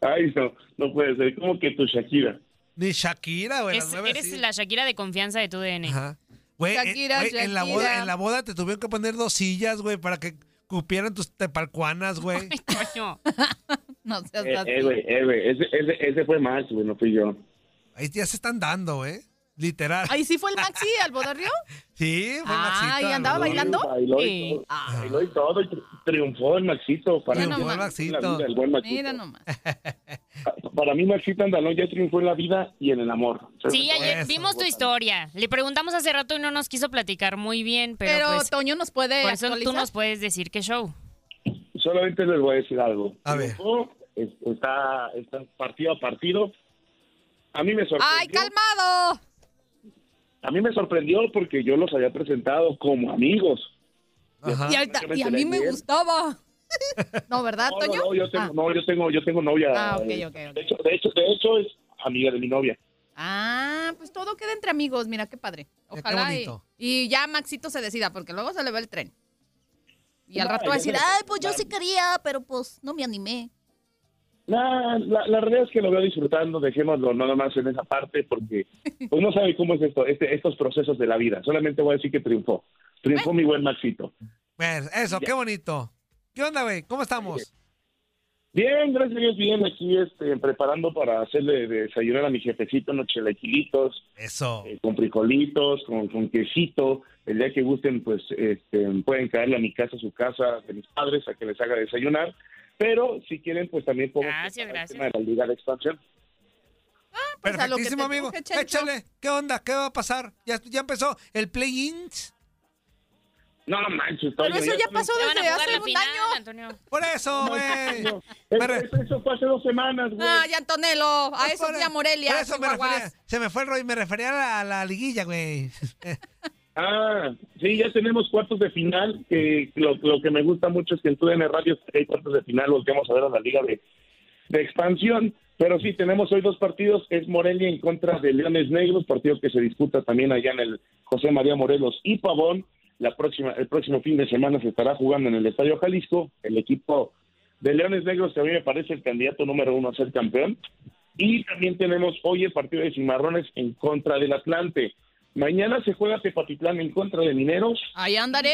S18: Ay, no, no puede ser. ¿Cómo que tu Shakira?
S7: Ni Shakira, güey. las
S2: Es-
S7: mueve
S2: eres
S7: así.
S2: la Shakira de confianza de tu DN.
S7: Güey, eh,
S2: Shakira,
S7: güey, En, la boda,
S2: Shakira.
S7: en la boda te tuvieron que poner dos sillas, güey, para que cupieran tus tepalcuanas, güey.
S5: No seas
S18: Eh,
S5: así.
S18: eh, güey, eh, güey. Ese, ese, ese fue más, güey, no fui yo.
S7: Ahí ya se están dando, güey. Literal.
S5: Ahí sí fue el Maxi al Bodarrio.
S7: Sí, fue
S5: Ah,
S7: Maxito.
S5: ¿y andaba bailando?
S18: Bailó
S5: Sí. Ah,
S18: y todo, bailó y todo, y tri- triunfó el Maxito. Para
S5: Mira
S18: mí,
S5: nomás.
S18: la vida, el buen Maxito.
S5: Mira nomás.
S18: Para mí Maxito Andalón ya triunfó en la vida y en el amor.
S2: Sí, ayer vimos tu historia. Le preguntamos hace rato y no nos quiso platicar muy bien, pero,
S5: Pero
S2: pues,
S5: Toño nos puede
S2: por eso tú
S5: actualizar.
S2: nos puedes decir qué show.
S18: Solamente les voy a decir algo.
S7: A ver.
S18: Está, está partido a partido. A mí me sorprendió.
S5: ¡Ay, calmado!
S18: A mí me sorprendió porque yo los había presentado como amigos.
S5: Y, ahorita- y a mí me gustaba. No, ¿verdad, Toño?
S18: No, yo tengo,
S5: Ah.
S18: no, yo tengo, yo tengo novia.
S5: Ah, ok, ok, ok.
S18: De hecho, de hecho, de hecho es amiga de mi novia.
S5: Ah, pues todo queda entre amigos, mira qué padre. Ojalá y-
S18: bonito.
S5: y, ya Maxito se decida, porque luego se le va el tren. Y al
S18: No,
S5: rato va a
S18: yo
S5: decir,
S18: creo que-
S5: ay, pues yo sí quería, pero pues no me animé.
S18: Nah, la, la realidad es que lo veo disfrutando, dejémoslo nada más en esa parte porque uno sabe cómo es esto, este, estos procesos de la vida. Solamente voy a decir que triunfó. Triunfó mi buen Maxito.
S7: Pues, eso, qué bonito. ¿Qué onda, güey? ¿Cómo estamos?
S18: Bien, gracias a Dios, bien aquí este, preparando para hacerle desayunar a mi jefecito unos chelequilitos.
S7: Eso.
S18: eh, con frijolitos, con, con quesito. El día que gusten, pues este, pueden caerle a mi casa, a su casa, de mis padres, a que les haga desayunar. Pero si quieren, pues también podemos
S2: Gracias,
S18: preparar
S2: gracias.
S18: el tema de la Liga de Expansión.
S7: Perfectísimo, amigo. Échale. ¿Qué onda? ¿Qué va a pasar? Ya, ya empezó el play-in.
S18: No manches, Toño, también-
S2: Antonio.
S7: Por eso, güey.
S18: Eso, fue hace dos semanas,
S7: güey.
S5: Ay, Antonelo, a eso fui a Morelia,
S7: Por eso me
S5: Chihuahuas.
S7: refería- se me fue el rollo. Me refería a la, a la liguilla, güey.
S18: Ah, sí, ya tenemos cuartos de final. Que lo, lo que me gusta mucho es que en TUDN Radio hay cuartos de final, volvemos a ver a la Liga de, de Expansión. Pero sí, tenemos hoy dos partidos. Es Morelia en contra de Leones Negros, partido que se disputa también allá en el José María Morelos y Pavón. La próxima, el próximo fin de semana se estará jugando en el Estadio Jalisco. El equipo de Leones Negros, que a mí me parece el candidato número uno a ser campeón. Y también tenemos hoy el partido de Cimarrones en contra del Atlante. Mañana se juega Tepatitlán en contra de Mineros.
S5: Ahí andaré,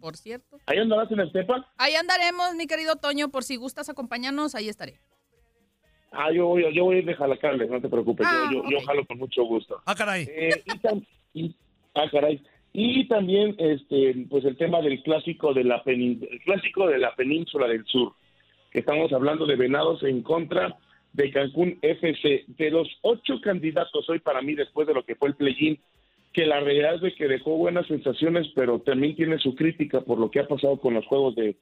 S5: por cierto.
S18: Ahí andarás en el Tepa.
S5: Ahí andaremos, mi querido Toño, por si gustas acompañarnos, ahí estaré.
S18: Ah, yo voy, yo voy a ir de jalacarles, no te preocupes.
S5: Ah,
S18: yo, yo, yo jalo con mucho gusto. Eh,
S7: Ah, caray.
S18: y, tam- y- ah, caray. Y también, este, pues el tema del clásico de la penin- el clásico de la península del sur, que estamos hablando de Venados en contra de Cancún FC. De los ocho candidatos hoy para mí, después de lo que fue el play-in, que la realidad es de que dejó buenas sensaciones, pero también tiene su crítica por lo que ha pasado con los juegos de,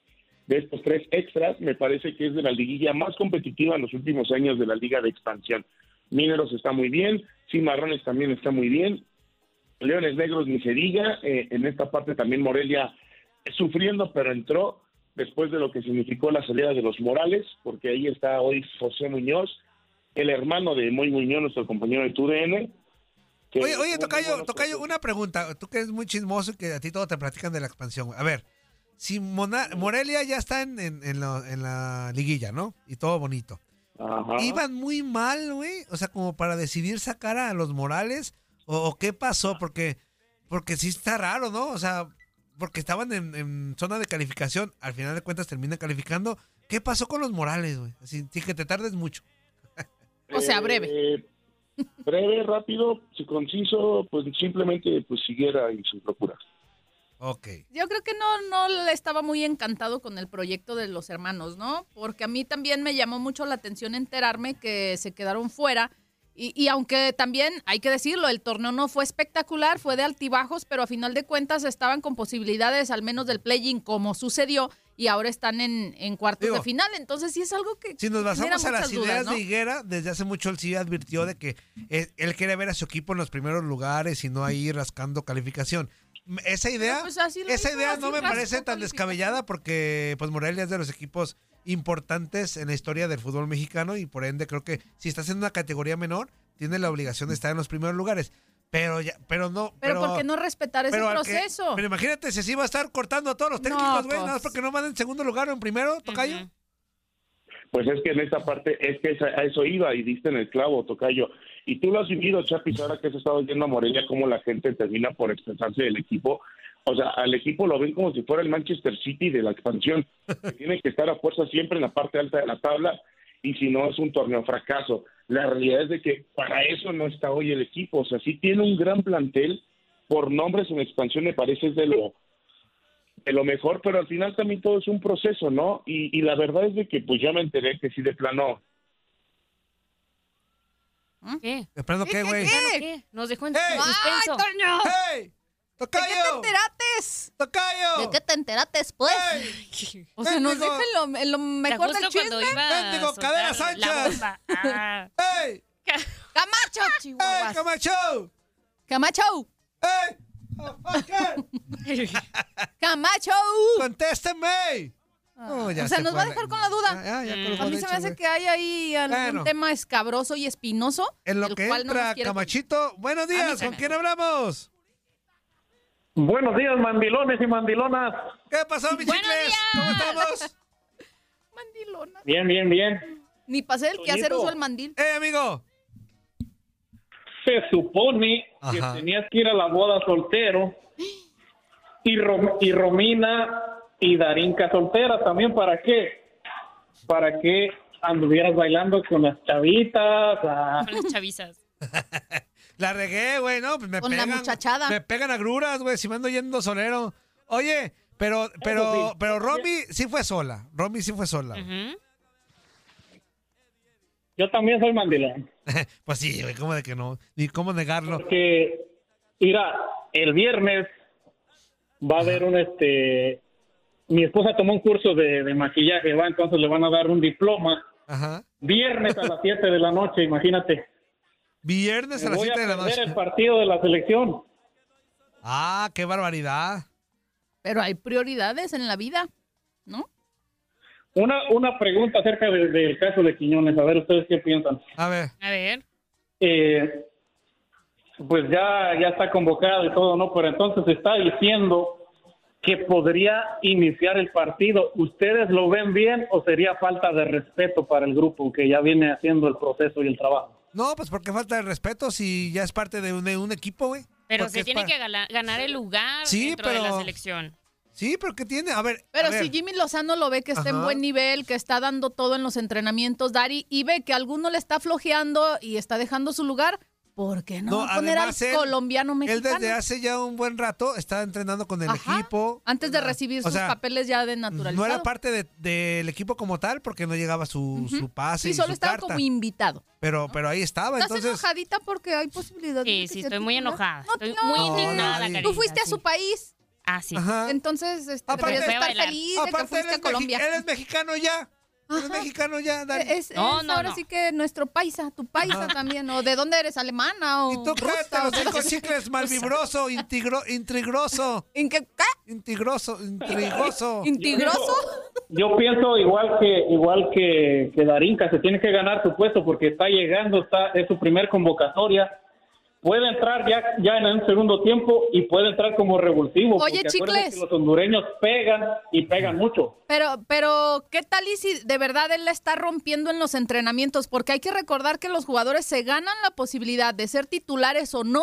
S18: de estos tres extras, me parece que es de la liguilla más competitiva en los últimos años de la liga de expansión. Mineros está muy bien, Cimarrones también está muy bien, Leones Negros ni se diga, eh, en esta parte también Morelia sufriendo, pero entró después de lo que significó la salida de los Morales, porque ahí está hoy José Muñoz, el hermano de Moy Muñoz, nuestro compañero de TUDN. que-
S7: Oye, oye, Tocayo, Tocayo, una pregunta. Tú que eres muy chismoso y que a ti todo te platican de la expansión, güey. A ver, si Mona- Morelia ya está en, en- en la, en la liguilla, ¿no? Y todo bonito.
S18: Ajá.
S7: Iban muy mal, güey. O sea, como para decidir sacar a los Morales. ¿O, o qué pasó? Porque, porque sí está raro, ¿no? O sea, porque estaban en, en zona de calificación. Al final de cuentas terminan calificando. ¿Qué pasó con los Morales, güey? Así sin que te tardes mucho.
S5: O sea, breve.
S18: Eh, breve, rápido, si conciso, pues simplemente pues siguiera en su procura.
S7: Ok.
S5: Yo creo que no, no le estaba muy encantado con el proyecto de los hermanos, ¿no? Porque a mí también me llamó mucho la atención enterarme que se quedaron fuera. Y, y aunque también, hay que decirlo, el torneo no fue espectacular, fue de altibajos, pero a final de cuentas estaban con posibilidades al menos del play-in, como sucedió, y ahora están en, en cuartos
S7: Digo,
S5: de final. Entonces sí es algo que...
S7: Si
S5: genera
S7: nos basamos a
S5: muchas
S7: las
S5: dudas,
S7: ideas
S5: ¿no?
S7: de Higuera, desde hace mucho él sí advirtió de que eh, él quiere ver a su equipo en los primeros lugares y no ahí rascando calificación. M- Esa idea,
S5: pues así lo
S7: esa
S5: hizo,
S7: idea
S5: así
S7: no me
S5: rascó
S7: parece tan descabellada porque pues Morelia es de los equipos importantes en la historia del fútbol mexicano y por ende creo que si estás en una categoría menor, tienes la obligación de estar en los primeros lugares. Pero ya, pero no.
S5: Pero, ¿por qué no respetar ese
S7: pero al que-
S5: proceso?
S7: pero imagínate si así va a estar cortando a todos los técnicos, güey,
S5: pues.
S7: nada más porque no van en segundo lugar o en primero, Tocayo.
S18: Pues es que en esta parte, es que esa- a eso iba y diste en el clavo, Tocayo. Y tú lo has vivido, Chapis, ahora que has estado yendo a Morelia, cómo la gente termina por expresarse del equipo. O sea, al equipo lo ven como si fuera el Manchester City de la expansión, que tiene que estar a fuerza siempre en la parte alta de la tabla. y si no es un torneo fracaso. La realidad es de que para eso no está hoy el equipo, o sea, sí tiene un gran plantel, por nombres en expansión me parece es de lo, de lo mejor, pero al final también todo es un proceso, ¿no? Y, y la verdad es de que pues ya me enteré que sí de plano
S5: ¿Mm?
S2: ¿Qué?
S7: ¿De plano qué, güey?
S2: ¿Qué? Nos dejó en suspenso.
S5: ¡Ay, Toño!
S7: ¡Ey! ¡Tocayo!
S5: ¿De qué te enterates?
S7: ¡Tocayo!
S5: ¿De qué te enterates, pues? O sea, nos
S7: Mendigo.
S5: dejan lo, en lo mejor del
S2: justo cuando
S5: chisme.
S2: iba a Mendigo, soltar caderas la anchas. bomba.
S7: Ah. ¡Ey!
S5: ¡Camacho, Chihuahua!
S7: ¡Camacho!
S5: ¡Camacho!
S7: ¡Ey!
S5: ¡Camacho!
S7: ¡Contésteme! No, Oh, ya
S5: o sea,
S7: se
S5: nos
S7: fue
S5: va a
S7: la-
S5: dejar con la duda.
S7: Ya, ya colgó
S5: a mí
S7: de
S5: se me
S7: hecho,
S5: hace
S7: güey.
S5: que hay ahí algún
S7: Bueno.
S5: tema escabroso y espinoso.
S7: En lo
S5: el
S7: que
S5: cual no nos
S7: entra
S5: quiere
S7: Camachito. Buenos
S5: mí
S7: días, ¿con
S5: también.
S7: quién hablamos?
S19: Buenos días, mandilones y mandilonas.
S7: ¿Qué pasó, mi chicles? ¿Cómo estamos?
S5: mandilona.
S19: Bien, bien, bien.
S5: Ni pasé el que hacer
S19: Toñito.
S5: uso del mandil.
S7: ¡Eh, amigo!
S19: Se supone
S7: Ajá.
S19: que tenías que ir a la boda soltero y, Rom- y Romina y Darinka soltera también. ¿Para qué? Para que anduvieras bailando con las chavitas. ah.
S2: Con las chavizas.
S7: La regué, güey, no, pues me
S5: Con la
S7: pegan.
S5: muchachada.
S7: Me pegan agruras, güey, si me ando yendo solero. Oye, pero, pero,
S19: sí.
S7: pero Romy sí fue sola. Romy sí fue sola.
S19: Yo también soy mandilón.
S7: Pues sí, güey, cómo de que no. Ni cómo negarlo.
S19: Porque, mira, el viernes va a haber un este. Mi esposa tomó un curso de, de maquillaje, va, entonces le van a dar un diploma.
S7: Ajá.
S19: Viernes a las 7 de la noche, imagínate.
S7: Viernes a
S19: Me
S7: las
S19: voy a
S7: 7 de la
S19: perder
S7: noche.
S19: el partido de la selección.
S7: Ah, qué barbaridad.
S5: Pero hay prioridades en la vida.
S19: Una, una pregunta acerca de- del caso de Quiñones, a ver ustedes qué piensan.
S7: A ver.
S2: A ver.
S19: Eh, pues ya, ya está convocada y todo, ¿no? Pero entonces está diciendo que podría iniciar el partido. ¿Ustedes lo ven bien o sería falta de respeto para el grupo que ya viene haciendo el proceso y el trabajo?
S7: No, pues porque falta de respeto si ya es parte de un, de un equipo, güey.
S2: Pero
S7: Porque
S2: se
S7: es
S2: tiene
S7: pa-
S2: que gala- ganar el lugar
S7: Sí,
S2: dentro de la
S7: pero-
S2: selección.
S7: Sí, pero ¿qué tiene? A ver.
S5: Pero
S7: a ver.
S5: si Jimmy Lozano lo ve que está en
S7: Ajá.
S5: buen nivel, que está dando todo en los entrenamientos, Dari, y ve que alguno le está flojeando y está dejando su lugar, ¿por qué no,
S7: No,
S5: va a poner al
S7: además él-
S5: colombiano
S7: Él
S5: mexicano?
S7: desde hace ya un buen rato está entrenando con el
S5: Ajá,
S7: equipo.
S5: Antes de recibir
S7: o
S5: sus
S7: sea,
S5: papeles ya de naturalizado.
S7: No era parte de- del equipo como tal porque no llegaba su, su pase.
S5: Sí,
S7: y
S5: solo
S7: ah, su
S5: estaba
S7: carta.
S5: como invitado.
S7: Pero, pero ahí estaba,
S5: Estás
S7: entonces.
S5: enojadita porque hay posibilidad de
S2: Sí,
S5: que
S2: sí,
S5: sea
S2: estoy muy
S5: titular.
S2: enojada.
S5: No,
S2: Ah, estoy
S5: no,
S2: muy
S7: no,
S2: indignada,
S5: Tú
S7: sí.
S2: Karina,
S5: fuiste a
S2: sí.
S5: su país.
S2: Ah, sí.
S7: Ajá.
S5: Entonces, este,
S7: Aparte-
S5: deberías
S2: Voy
S5: estar
S2: a bailar.
S5: feliz de que
S7: Aparte, él
S5: fuiste a
S7: es, mexi-
S5: Colombia.
S7: él es mexicano ya. Él es mexicano ya, Dani.
S5: Es,
S2: No,
S5: es
S2: no,
S5: ahora
S2: no.
S5: sí que nuestro paisa, tu paisa
S7: Ajá.
S5: también, o de dónde eres, alemana o
S7: Y tú
S5: rusa,
S7: cállate
S5: o
S7: los
S5: de lo
S7: cinco
S5: que sea.
S7: chicles, malvibroso, intigro, intrigroso.
S5: ¿En qué?
S7: Intigroso, intrigoso.
S5: ¿Intigroso?
S19: Yo pienso igual que igual que, que Darinka, se tiene que ganar su puesto porque está llegando, está es su primer convocatoria. Puede entrar ya ya en un segundo tiempo y puede entrar como revulsivo.
S5: Oye,
S19: porque acuérdense
S5: Chicles.
S19: que Los hondureños pegan y pegan mucho.
S5: Pero, pero, ¿qué tal y si de verdad él la está rompiendo en los entrenamientos? Porque hay que recordar que los jugadores se ganan la posibilidad de ser titulares o no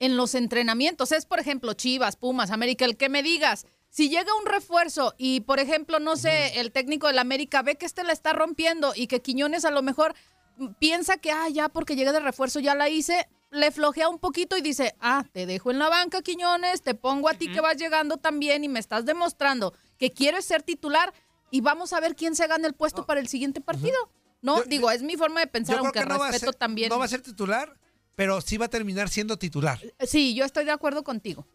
S5: en los entrenamientos. Es, por ejemplo, Chivas, Pumas, América, el que me digas. Si llega un refuerzo y, por ejemplo, no sé, el técnico del América ve que este la está rompiendo y que Quiñones a lo mejor mm, piensa que, ah, ya porque llegué de refuerzo ya la hice, le flojea un poquito y dice, ah, te dejo en la banca, Quiñones, te pongo a ti que vas llegando también y me estás demostrando que quieres ser titular y vamos a ver quién se gana el puesto para el siguiente partido. No, digo, es mi forma de pensar,
S7: Oh. Yo creo
S5: aunque
S7: que no va, a
S5: respeto
S7: ser,
S5: también.
S7: no va a ser titular, pero sí va a terminar siendo titular.
S5: Sí, yo estoy de acuerdo contigo.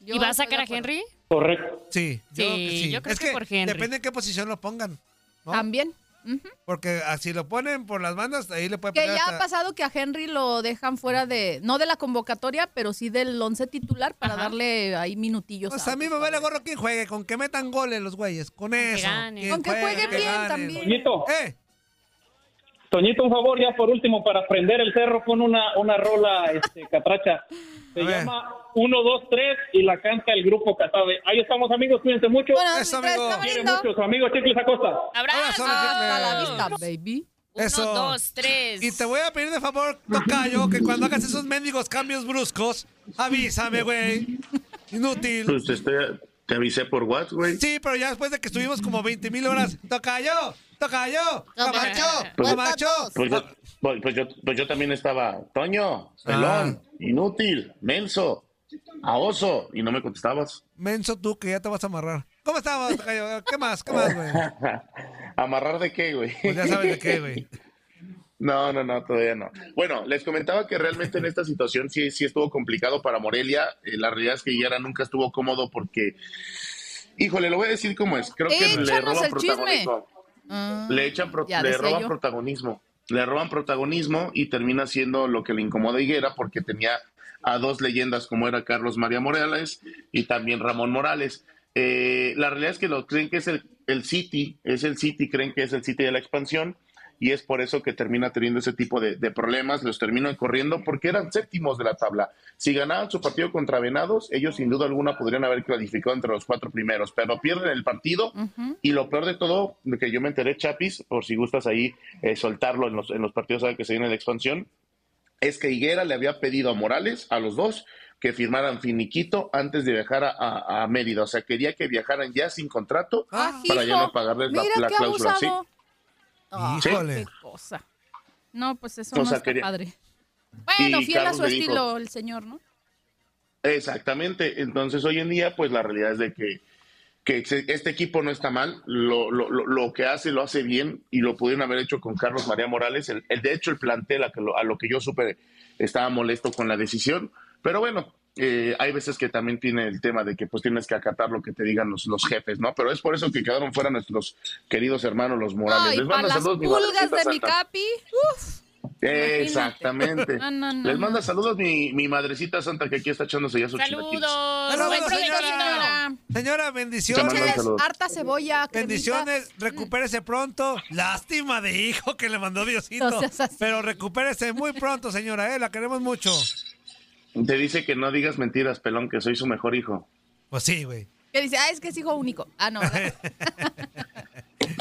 S5: Yo
S2: ¿Y va a
S5: estoy de
S2: sacar a
S5: acuerdo.
S2: Henry?
S19: Correcto.
S7: Sí, yo creo que
S2: Sí,
S7: sí.
S2: yo creo
S7: es
S2: que
S7: que,
S2: por Henry.
S7: depende de qué posición lo pongan. ¿no?
S5: También.
S7: Porque así lo ponen por las bandas, ahí le puede
S5: Que
S7: pegar
S5: ya
S7: hasta-
S5: ha pasado que a Henry lo dejan fuera de, no de la convocatoria, pero sí del once titular para darle ahí minutillos.
S7: O sea, Pues, a mí me vale gorro quien juegue, con que metan goles los güeyes, con eso.
S2: ganen.
S7: quien
S5: Con que jueguen
S7: que
S5: bien
S7: ganen.
S5: también.
S19: Toñito.
S7: Eh,
S19: Toñito, un favor, ya por último, para prender el cerro, pon una, una rola este, catracha. Se llama 1, 2, 3 y la canta el grupo Catabe. Ahí estamos, amigos, cuídense mucho.
S5: Bueno, Eso, mientras amigo. está
S19: Quiere
S5: bonito.
S19: mucho, su amigo Chicles Acosta.
S2: ¡Abrazo!
S5: Hasta la vista, baby.
S7: eso.
S2: Uno, dos, tres.
S7: Y te voy a pedir de favor, Tocayo, que cuando hagas esos mendigos cambios bruscos, avísame, güey. Inútil.
S20: este,
S21: Pues te, estoy- te avisé por WhatsApp, güey.
S7: Sí, pero ya después de que estuvimos como 20 mil horas, Tocayo, ¡Tocayo! ¡Camacho!
S20: Pues,
S7: ¡Camacho!
S20: pues yo, pues- pues yo- pues yo también estaba, Toño,
S7: Ah.
S20: pelón, inútil, menso, a oso, y no me contestabas.
S7: Menso tú, que ya te vas a amarrar. ¿Cómo estamos, Tocayo? ¿Qué más? ¿Qué más, güey?
S20: ¿Amarrar de qué, güey?
S7: Pues ya sabes de qué, güey.
S20: No, no, no, todavía no. Bueno, les comentaba que realmente en esta situación sí, sí estuvo complicado para Morelia. Eh, la realidad es que Yara nunca estuvo cómodo porque, híjole, lo voy a decir como es. Creo que le
S5: Échanos
S20: roban
S5: el chisme.
S20: protagonismo.
S5: Ah,
S20: Le echan, pro-
S5: ya
S20: le
S5: decía
S20: roban
S5: yo.
S20: protagonismo. Le roban protagonismo y termina siendo lo que le incomoda a Higuera porque tenía a dos leyendas como era Carlos María Morales y también Ramón Morales. Eh, la realidad es que lo creen que es el, el City, es el City, creen que es el City de la expansión y es por eso que termina teniendo ese tipo de, de problemas, los terminan corriendo porque eran séptimos de la tabla. Si ganaban su partido contra Venados, ellos sin duda alguna podrían haber clasificado entre los cuatro primeros, pero pierden el partido y lo peor de todo, lo que yo me enteré, Chapis, por si gustas ahí eh, soltarlo en los, en los partidos ahora que se viene la expansión, es que Higuera le había pedido a Morales, a los dos, que firmaran finiquito antes de viajar a, a- a Mérida. O sea, quería que viajaran ya sin contrato para ya no pagarles la,
S5: Ah, Mira
S20: la
S5: qué
S20: cláusula. ¿sí?
S5: abusado. Ah,
S20: Sí.
S5: qué cosa. No, pues eso
S20: O
S5: no
S20: sea,
S5: está
S20: quería-
S5: padre. Bueno,
S20: Y
S5: fiel a
S20: Carlos
S5: su
S20: le dijo-
S5: estilo el señor, ¿no?
S20: Exactamente. Entonces, hoy en día, pues la realidad es de que, que se- este equipo no está mal. Lo, lo- lo- lo que hace, lo hace bien y lo pudieron haber hecho con Carlos María Morales. El, el- de hecho, el plantel a, que lo, a lo que yo supe estaba molesto con la decisión. Pero bueno, eh, hay veces que también tiene el tema de que pues tienes que acatar lo que te digan los, los jefes, ¿no? Pero es por eso que quedaron fuera nuestros queridos hermanos los Morales.
S5: Ay,
S20: Les
S5: para
S20: mando
S5: las
S20: saludos, mi
S5: pulgas
S20: madrecita
S5: de mi
S20: santa.
S5: capi. Uf.
S20: Exactamente.
S5: No, no, no,
S20: Les
S5: no.
S20: manda saludos mi, mi madrecita santa que aquí está echándose ya sus chilaquiles.
S5: Saludos. Buen provecho, señora.
S7: Señora, bendiciones.
S20: Te mandan saludos.
S5: Harta cebolla. cremita.
S7: Bendiciones, recupérese pronto. Lástima de hijo que le mandó Diosito.
S5: No seas
S7: Pero recupérese muy pronto, señora, ¿eh? La queremos mucho.
S20: Te dice que no digas mentiras, pelón, que soy su mejor hijo.
S7: Pues sí, güey.
S5: Que dice, ah, es que es hijo único. Ah, no. ¿verdad?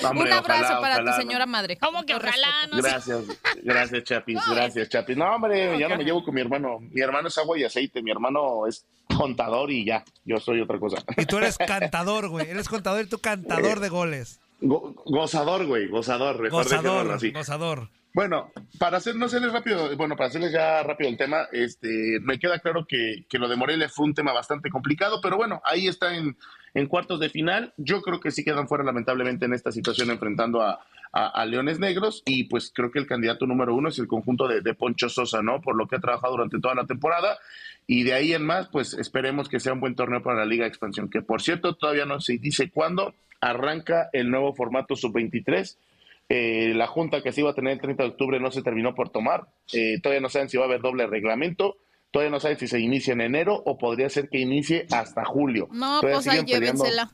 S20: Hombre,
S5: Un abrazo
S20: ojalá,
S5: para
S20: ojalá,
S5: tu señora madre. ¿Cómo que ojalá?
S20: no. Gracias, gracias, Chapis, gracias, Chapis. No, hombre, ya no me llevo con mi hermano. Mi hermano es agua y aceite, mi hermano es contador y ya, yo soy otra cosa.
S7: Y tú eres cantador, güey. Eres contador y tú cantador de goles.
S20: Go- gozador, güey, gozador. mejor
S7: Gozador,
S20: dejémoslo así.
S7: gozador.
S20: Bueno, para hacer, no hacerles rápido, bueno, para hacerles ya rápido el tema, este, me queda claro que, que lo de Morelia fue un tema bastante complicado, pero bueno, ahí está en, en cuartos de final. Yo creo que sí quedan fuera, lamentablemente, en esta situación enfrentando a, a- a Leones Negros, y pues creo que el candidato número uno es el conjunto de, de Poncho Sosa, ¿no? Por lo que ha trabajado durante toda la temporada, y de ahí en más, pues esperemos que sea un buen torneo para la Liga de Expansión, que por cierto, todavía no se dice cuándo arranca el nuevo formato sub-23. Eh, la junta que se iba a tener el 30 de octubre no se terminó por tomar. Eh, todavía no saben si va a haber doble reglamento. Todavía no saben si se inicia en enero o podría ser que inicie hasta julio.
S5: No,
S20: Todavía
S5: pues ahí
S20: siguen peleando.
S5: llévensela.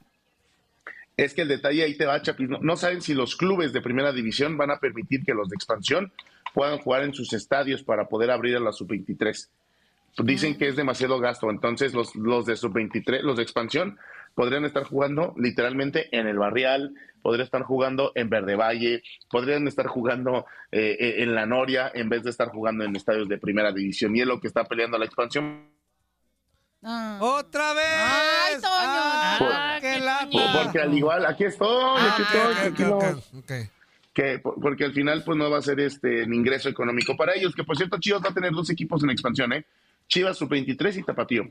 S20: Es que el detalle ahí te va, Chapis. No, no saben si los clubes de primera división van a permitir que los de expansión puedan jugar en sus estadios para poder abrir a la sub-23. Dicen que es demasiado gasto, entonces los, los de sub-23, los de expansión, podrían estar jugando literalmente en el barrial, podrían estar jugando en Verde Valle, podrían estar jugando eh, eh, en la Noria en vez de estar jugando en estadios de primera división. Y es lo que está peleando la expansión
S7: ¡Otra vez! ¡Ay, Toño! ¡Qué
S20: Por-
S7: lata!
S20: Porque al igual, aquí estoy, aquí estoy, tranquilo.
S7: Ah, ok.
S20: Que, por- porque al final pues no va a ser este un ingreso económico para ellos, que por cierto Chivas va a tener dos equipos en expansión, ¿eh? Chivas sub-23 y Tapatío.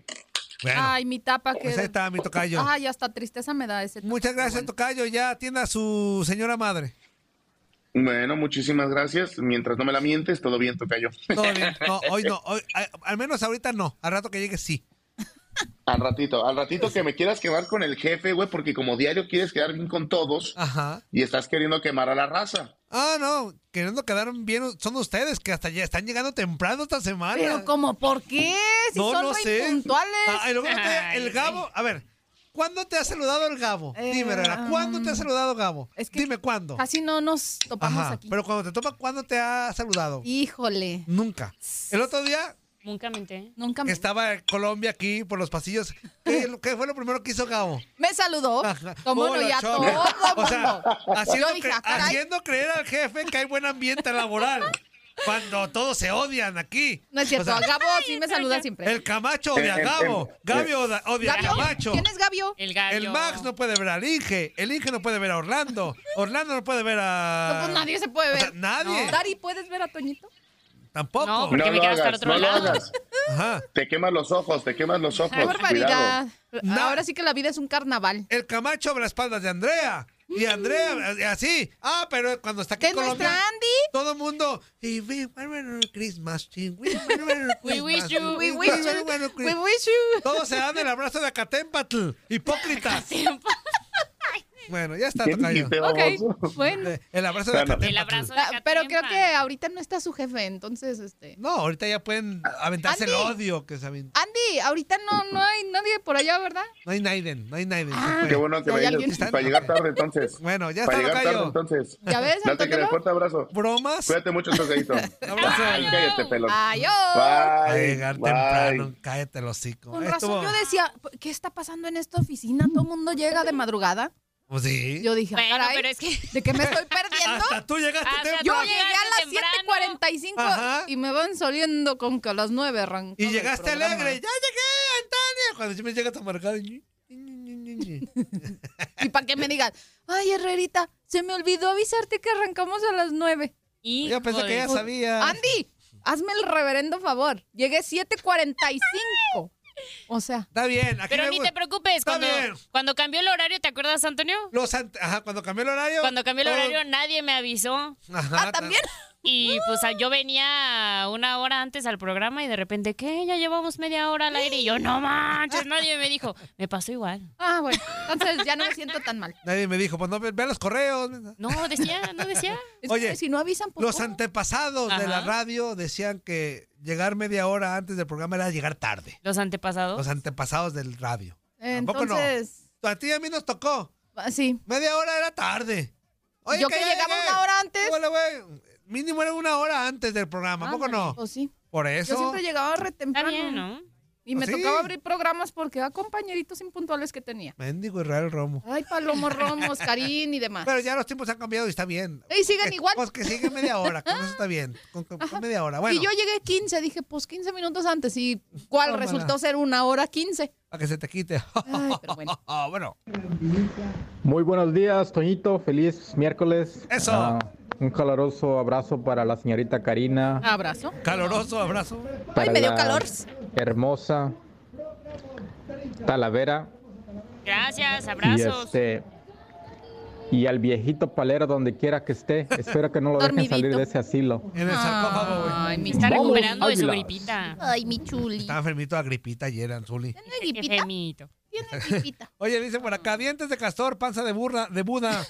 S5: Ay, mi tapa que.
S20: Pues ahí está, mi tocayo.
S5: Ay, hasta tristeza me da ese.
S7: Muchas gracias, Tocayo. Ya atienda a su señora madre.
S20: Bueno, muchísimas gracias. Mientras no me la mientes, todo bien, Tocayo.
S7: Todo bien. No, hoy no. Hoy, a- al menos ahorita no. Al rato que llegue sí.
S20: Al ratito, al ratito que me quieras quemar con el jefe, güey, porque como diario quieres quedar bien con todos
S7: Ajá.
S20: y estás queriendo quemar a la raza.
S7: Ah, no. Queriendo quedar bien son ustedes que hasta ya están llegando temprano esta semana.
S5: Pero como, ¿por qué? Si son muy puntuales.
S7: Ah, y luego no te- el Gabo, a ver, ¿cuándo te ha saludado el Gabo? Dime, Herrera, ¿cuándo te ha saludado Gabo? Dime cuándo.
S5: Eh, Casi no nos topamos
S7: Ajá,
S5: aquí.
S7: Pero cuando te topa, ¿cuándo te ha saludado?
S5: Híjole.
S7: Nunca. El otro día
S2: Nunca menté.
S5: Nunca
S7: que estaba en Colombia aquí por los pasillos, ¿qué, qué fue lo primero que hizo Gabo?
S5: me saludó. Como no,
S7: Hola,
S5: ya
S7: Choco.
S5: todo mundo.
S7: O sea, haciendo,
S5: Yo dije,
S7: cre-
S5: "Ah, caray".
S7: haciendo creer al jefe que hay buen ambiente laboral. Cuando todos se odian aquí.
S5: No es cierto,
S7: O sea,
S5: Gabo sí me saluda siempre.
S7: El Camacho odia a
S5: Eh, eh,
S7: Gabo.
S5: eh,
S7: Gaby
S5: eh.
S7: oda- odia a
S5: ¿Gabio?
S7: Camacho.
S5: ¿Quién es Gabio?
S2: El
S7: El Max no puede ver al Inge. El Inge no puede ver a Orlando. Orlando no puede ver a.
S5: No, pues nadie se puede
S7: O
S5: ver.
S7: sea, nadie.
S5: No. Dari, ¿puedes ver a Toñito?
S7: Tampoco.
S5: No,
S20: No lo hagas, no lo hagas. Te quemas los ojos, te quemas los
S5: ¡Qué
S20: ojos. Cuidado.
S5: barbaridad! Ahora sí que la vida es un carnaval. Mm.
S7: El Camacho abre las espaldas de Andrea. Y Andrea, eh, así. Ah, pero cuando está aquí en Colombia.
S5: nuestra
S7: Todo el mundo. Y we Merry Christmas. y we Merry
S5: We wish
S7: Christmas,
S5: you-
S7: y
S5: we wish
S7: Merry
S5: you-
S7: Merry
S5: we
S7: Christmas".
S5: wish you.
S7: Todos se dan el abrazo de Acatempatl. Hipócritas. bueno, ya está,
S20: ¿Qué
S7: tocayo.
S20: dijiste, baboso?
S5: Ok, bueno.
S7: Eh, El abrazo de Acatempatl.
S5: Ah, Pero creo que ahorita no está su jefe, entonces, este...
S7: No, ahorita ya pueden aventarse el
S5: Andy. Ah.
S7: odio que se aven-
S5: Andy, ahorita no, no hay nadie por allá, ¿verdad?
S7: No hay Naiden, no hay Naiden.
S5: Ah.
S7: se fue.
S20: Qué bueno que
S7: Ah, Ya hay
S20: vayas.
S7: alguien.
S20: Para llegar tarde, entonces.
S7: Bueno, ya
S20: Para
S7: está,
S20: llegar tarde,
S7: Tocayo.
S20: entonces.
S7: ¿Ya ves,
S20: Date que
S7: Antonio?
S20: le fuerte abrazo.
S7: Bromas.
S20: Cuídate mucho, Tocayito. Ay, cállate, pelón.
S5: Ay, oh.
S7: Va a
S20: Bye.
S7: llegar
S20: bye.
S7: temprano, cállate el hocico.
S5: Con
S7: Estuvo-
S5: razón yo decía, ¿qué está pasando en esta oficina? Todo el mundo llega de madrugada.
S7: Pues sí.
S5: Yo dije, "Ah,
S2: Bueno,
S5: caray,
S2: pero es que-
S5: ¿de qué me estoy perdiendo?
S7: Hasta tú llegaste
S2: Hasta
S7: temprano.
S5: Yo llegué a
S2: temprano.
S5: las 7.45
S7: Ajá.
S5: y me van saliendo con que a las 9 arrancó.
S7: Y llegaste
S5: el programa.
S7: alegre. Ya llegué, Antonio. Cuando yo me llega tan marcado. ñi, ñi, ñi, ñi, ñi.
S5: Y para que me digan, ay, Herrerita, se me olvidó avisarte que arrancamos a las 9.
S7: Yo pensé que ya sabía.
S5: Andy, hazme el reverendo favor. Llegué 7.45. O sea.
S7: Está bien. Aquí
S2: Pero
S7: me
S2: ni
S7: gu-
S2: te preocupes,
S7: Está
S2: cuando,
S7: bien.
S2: cuando cambió el horario, ¿te acuerdas, Antonio?
S7: Los ant- Ajá, cuando cambió el horario.
S2: Cuando cambió el
S7: todo-
S2: horario, nadie me avisó.
S5: Ah,
S7: Ajá, ta-
S2: Y pues a- yo venía una hora antes al programa y de repente, ¿qué? Ya llevamos media hora al aire. Y yo, no manches, nadie me dijo. Me pasó igual.
S5: Ah, bueno. Entonces ya no me siento tan mal.
S7: Nadie me dijo, pues no ve, ve los correos.
S2: No, decía, no decía.
S7: Oye,
S5: si no avisan, pues.
S7: Los antepasados de la
S2: Ajá.
S7: radio decían que llegar media hora antes del programa era llegar tarde.
S2: ¿Los antepasados?
S7: Los antepasados del radio. Tampoco no.
S5: Entonces, ah,
S7: A ti y a mí nos tocó.
S5: sí.
S7: Media hora era tarde.
S5: Yo que llegaba una hora antes.
S7: Bueno, güey, mínimo era una hora antes del programa, ¿a poco no?
S5: Pues sí.
S7: Por eso.
S5: Yo siempre llegaba re temprano.
S2: bien, ¿no?
S5: Y me
S7: ¿Ah, sí?
S5: tocaba abrir programas porque era compañeritos impuntuales que tenía.
S7: Mendigo Israel Romo.
S5: Ay, Palomo Romo, Oscarín y demás.
S7: Pero ya los tiempos han cambiado y está bien.
S5: Y siguen igual.
S7: Pues que sigue media hora, con eso está bien. Con, con- con media hora. Ah, Bueno,
S5: Y yo llegué 15, dije, pues 15 minutos antes. ¿Y cuál
S7: Tómala.
S5: resultó ser una hora 15?
S7: para que se te quite.
S5: Ay, pero bueno.
S7: bueno.
S8: Muy buenos días, Toñito. Feliz miércoles.
S7: Eso.
S8: Ah, un caloroso abrazo para la señorita Karina.
S5: Abrazo.
S7: Caloroso abrazo.
S8: para
S5: me dio
S8: la
S5: calor.
S8: Hermosa Talavera.
S2: Gracias,
S8: Y,
S2: abrazos.
S8: este, y al viejito palero donde quiera que esté. Espero que no lo dejen
S2: Dormidito.
S8: salir de ese asilo.
S7: En el sarcófago, güey.
S2: Ay, me está
S8: Vamos,
S2: recuperando de su
S8: Águilas.
S2: gripita.
S5: Ay, mi chuli.
S7: Estaba enfermito a gripita ayer, Anzuli. Oye, dice por acá, dientes de castor, panza de burra, de Buda,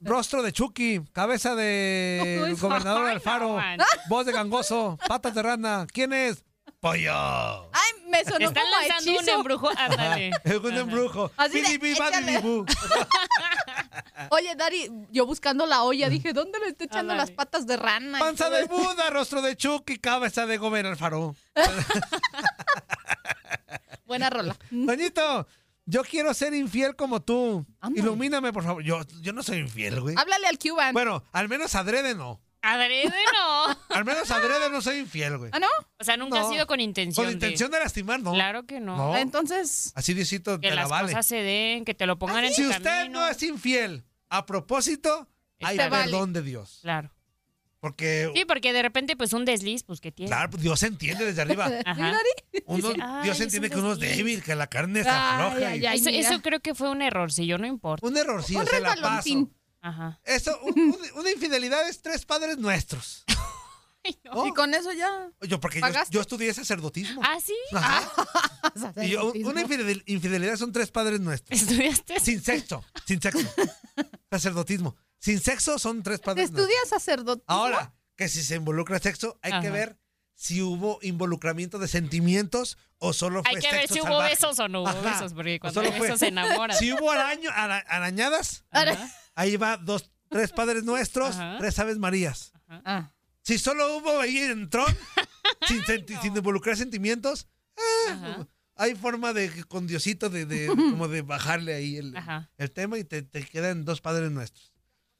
S7: rostro de Chucky, cabeza de
S1: Uy,
S7: gobernador
S1: ay, no,
S7: Alfaro,
S1: man.
S7: voz de gangoso, patas de rana. ¿Quién es? Pollo.
S5: Ay, me sonó
S2: Te están
S5: como a
S2: lanzando
S5: hechizo.
S2: un embrujo. Ándale.
S7: Es un embrujo.
S5: Así de,
S7: Bidi, bidi, badi,
S5: échale.
S7: bibu.
S5: Oye, Dari, yo buscando la olla, dije, ¿dónde le está echando las patas de rana? y
S7: Panza
S5: todo
S7: de
S5: eso?
S7: Buda, rostro de Chucky, cabeza de gobernador Alfaro.
S5: Buena rola.
S7: Doñito, yo quiero ser infiel como tú. Ilumíname, por favor. Yo, yo no soy infiel, güey.
S5: Háblale al Cuban.
S7: Bueno, al menos adrede no.
S2: Adrede no.
S7: Al menos adrede no soy infiel, güey.
S5: ¿Ah, no?
S2: O sea, nunca ha
S7: No.
S2: sido con intención.
S7: Con intención de lastimar, no.
S2: Claro que no.
S7: No.
S5: Entonces.
S7: Así Diosito
S2: Que
S7: te la
S2: las
S7: vale.
S2: cosas se den, que te lo pongan en
S7: Si
S2: tu
S7: usted
S2: camino.
S7: no es infiel, a propósito, hay
S2: Te vale.
S7: perdón de Dios.
S2: Claro.
S7: Porque,
S2: Sí, porque de repente, pues un desliz, pues que tiene.
S7: claro, Dios entiende desde arriba.
S2: Ajá.
S7: Uno-
S2: Dice, "Ay,
S7: Dios
S2: es
S7: entiende
S2: un
S7: que uno es
S2: desliz".
S7: débil, que la carne está floja. y-
S2: eso, eso creo que fue un error, si yo no importa.
S7: Un error, sí, se la paso.
S2: Ajá.
S7: Eso, un- un- una infidelidad es tres padres nuestros.
S5: Y con eso ya.
S7: Yo, porque yo,
S5: ¿Pagaste? Ah,
S7: yo estudié sacerdotismo.
S2: ¿Ah, sí?
S7: Ajá.
S5: Sacerdotismo.
S7: Y yo- una infidel- infidelidad son tres padres nuestros.
S2: ¿Estudiaste?
S7: Sin sexo, sin sexo. Sacerdotismo. Sin sexo son tres
S5: ¿Te
S7: padres nuestros.
S5: estudias sacerdote?
S7: Ahora, que si se involucra sexo, hay que
S2: Ajá.
S7: ver si hubo involucramiento de sentimientos o solo fue
S2: Hay que ver
S7: sexo
S2: si hubo
S7: salvaje.
S2: besos o no hubo
S7: Ajá.
S2: besos, porque
S7: O
S2: cuando
S7: solo
S2: hay
S7: fue-
S2: besos se enamoran.
S7: Si hubo araño, ara- arañadas, ahí va dos, tres padres nuestros, tres aves marías.
S5: Ah.
S7: Si solo hubo ahí entró, sin, senti- sin involucrar sentimientos, eh, hay forma de que con Diosito de, de- como de bajarle ahí el, el tema y te, te quedan dos padres nuestros.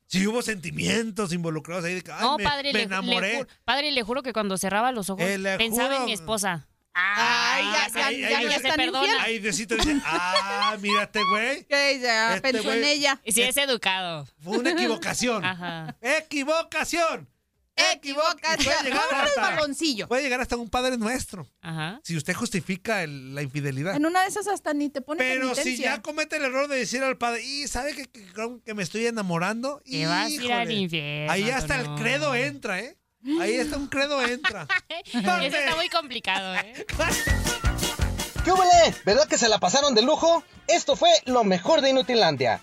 S7: Si hubo sentimientos involucrados ahí de que, ay,
S2: No,
S7: me,
S2: padre,
S7: me
S2: le,
S7: enamoré.
S2: le ju- padre, le juro que cuando cerraba los ojos
S7: Eh, le
S2: pensaba
S7: juro-
S2: en mi esposa.
S5: Ay, ya,
S2: se-
S5: ya,
S2: ahí-
S5: ya,
S2: ahí
S5: ya
S2: ya se
S5: están
S2: perdona.
S5: infieles.
S7: Ahí Diosito dice, ah, mira este güey.
S5: Que ya
S7: Este
S5: Ah, pensó en
S7: güey- este
S5: ella.
S2: Y si es educado.
S7: Fue una equivocación.
S2: Ajá.
S7: ¡Equivocación!
S5: Equivocas.
S7: Puede llegar
S5: No, no eres
S7: hasta-
S5: vagoncillo.
S7: Puede llegar hasta un padre nuestro.
S2: Ajá.
S7: Si usted justifica el- la infidelidad.
S5: En una de esas hasta ni te pones
S7: Pero si
S5: penitencia.
S7: ya comete el error de decir al padre, y sabe que, que, que me estoy enamorando,
S2: Te vas a ir
S7: Híjole.
S2: al infierno,
S7: Ahí hasta el
S2: Antonio.
S7: credo entra, ¿eh? Ahí hasta un credo entra.
S2: Eso está muy complicado, ¿eh?
S9: ¿Qué hubole? ¿Verdad que se la pasaron de lujo? Esto fue lo mejor de Inutilandia.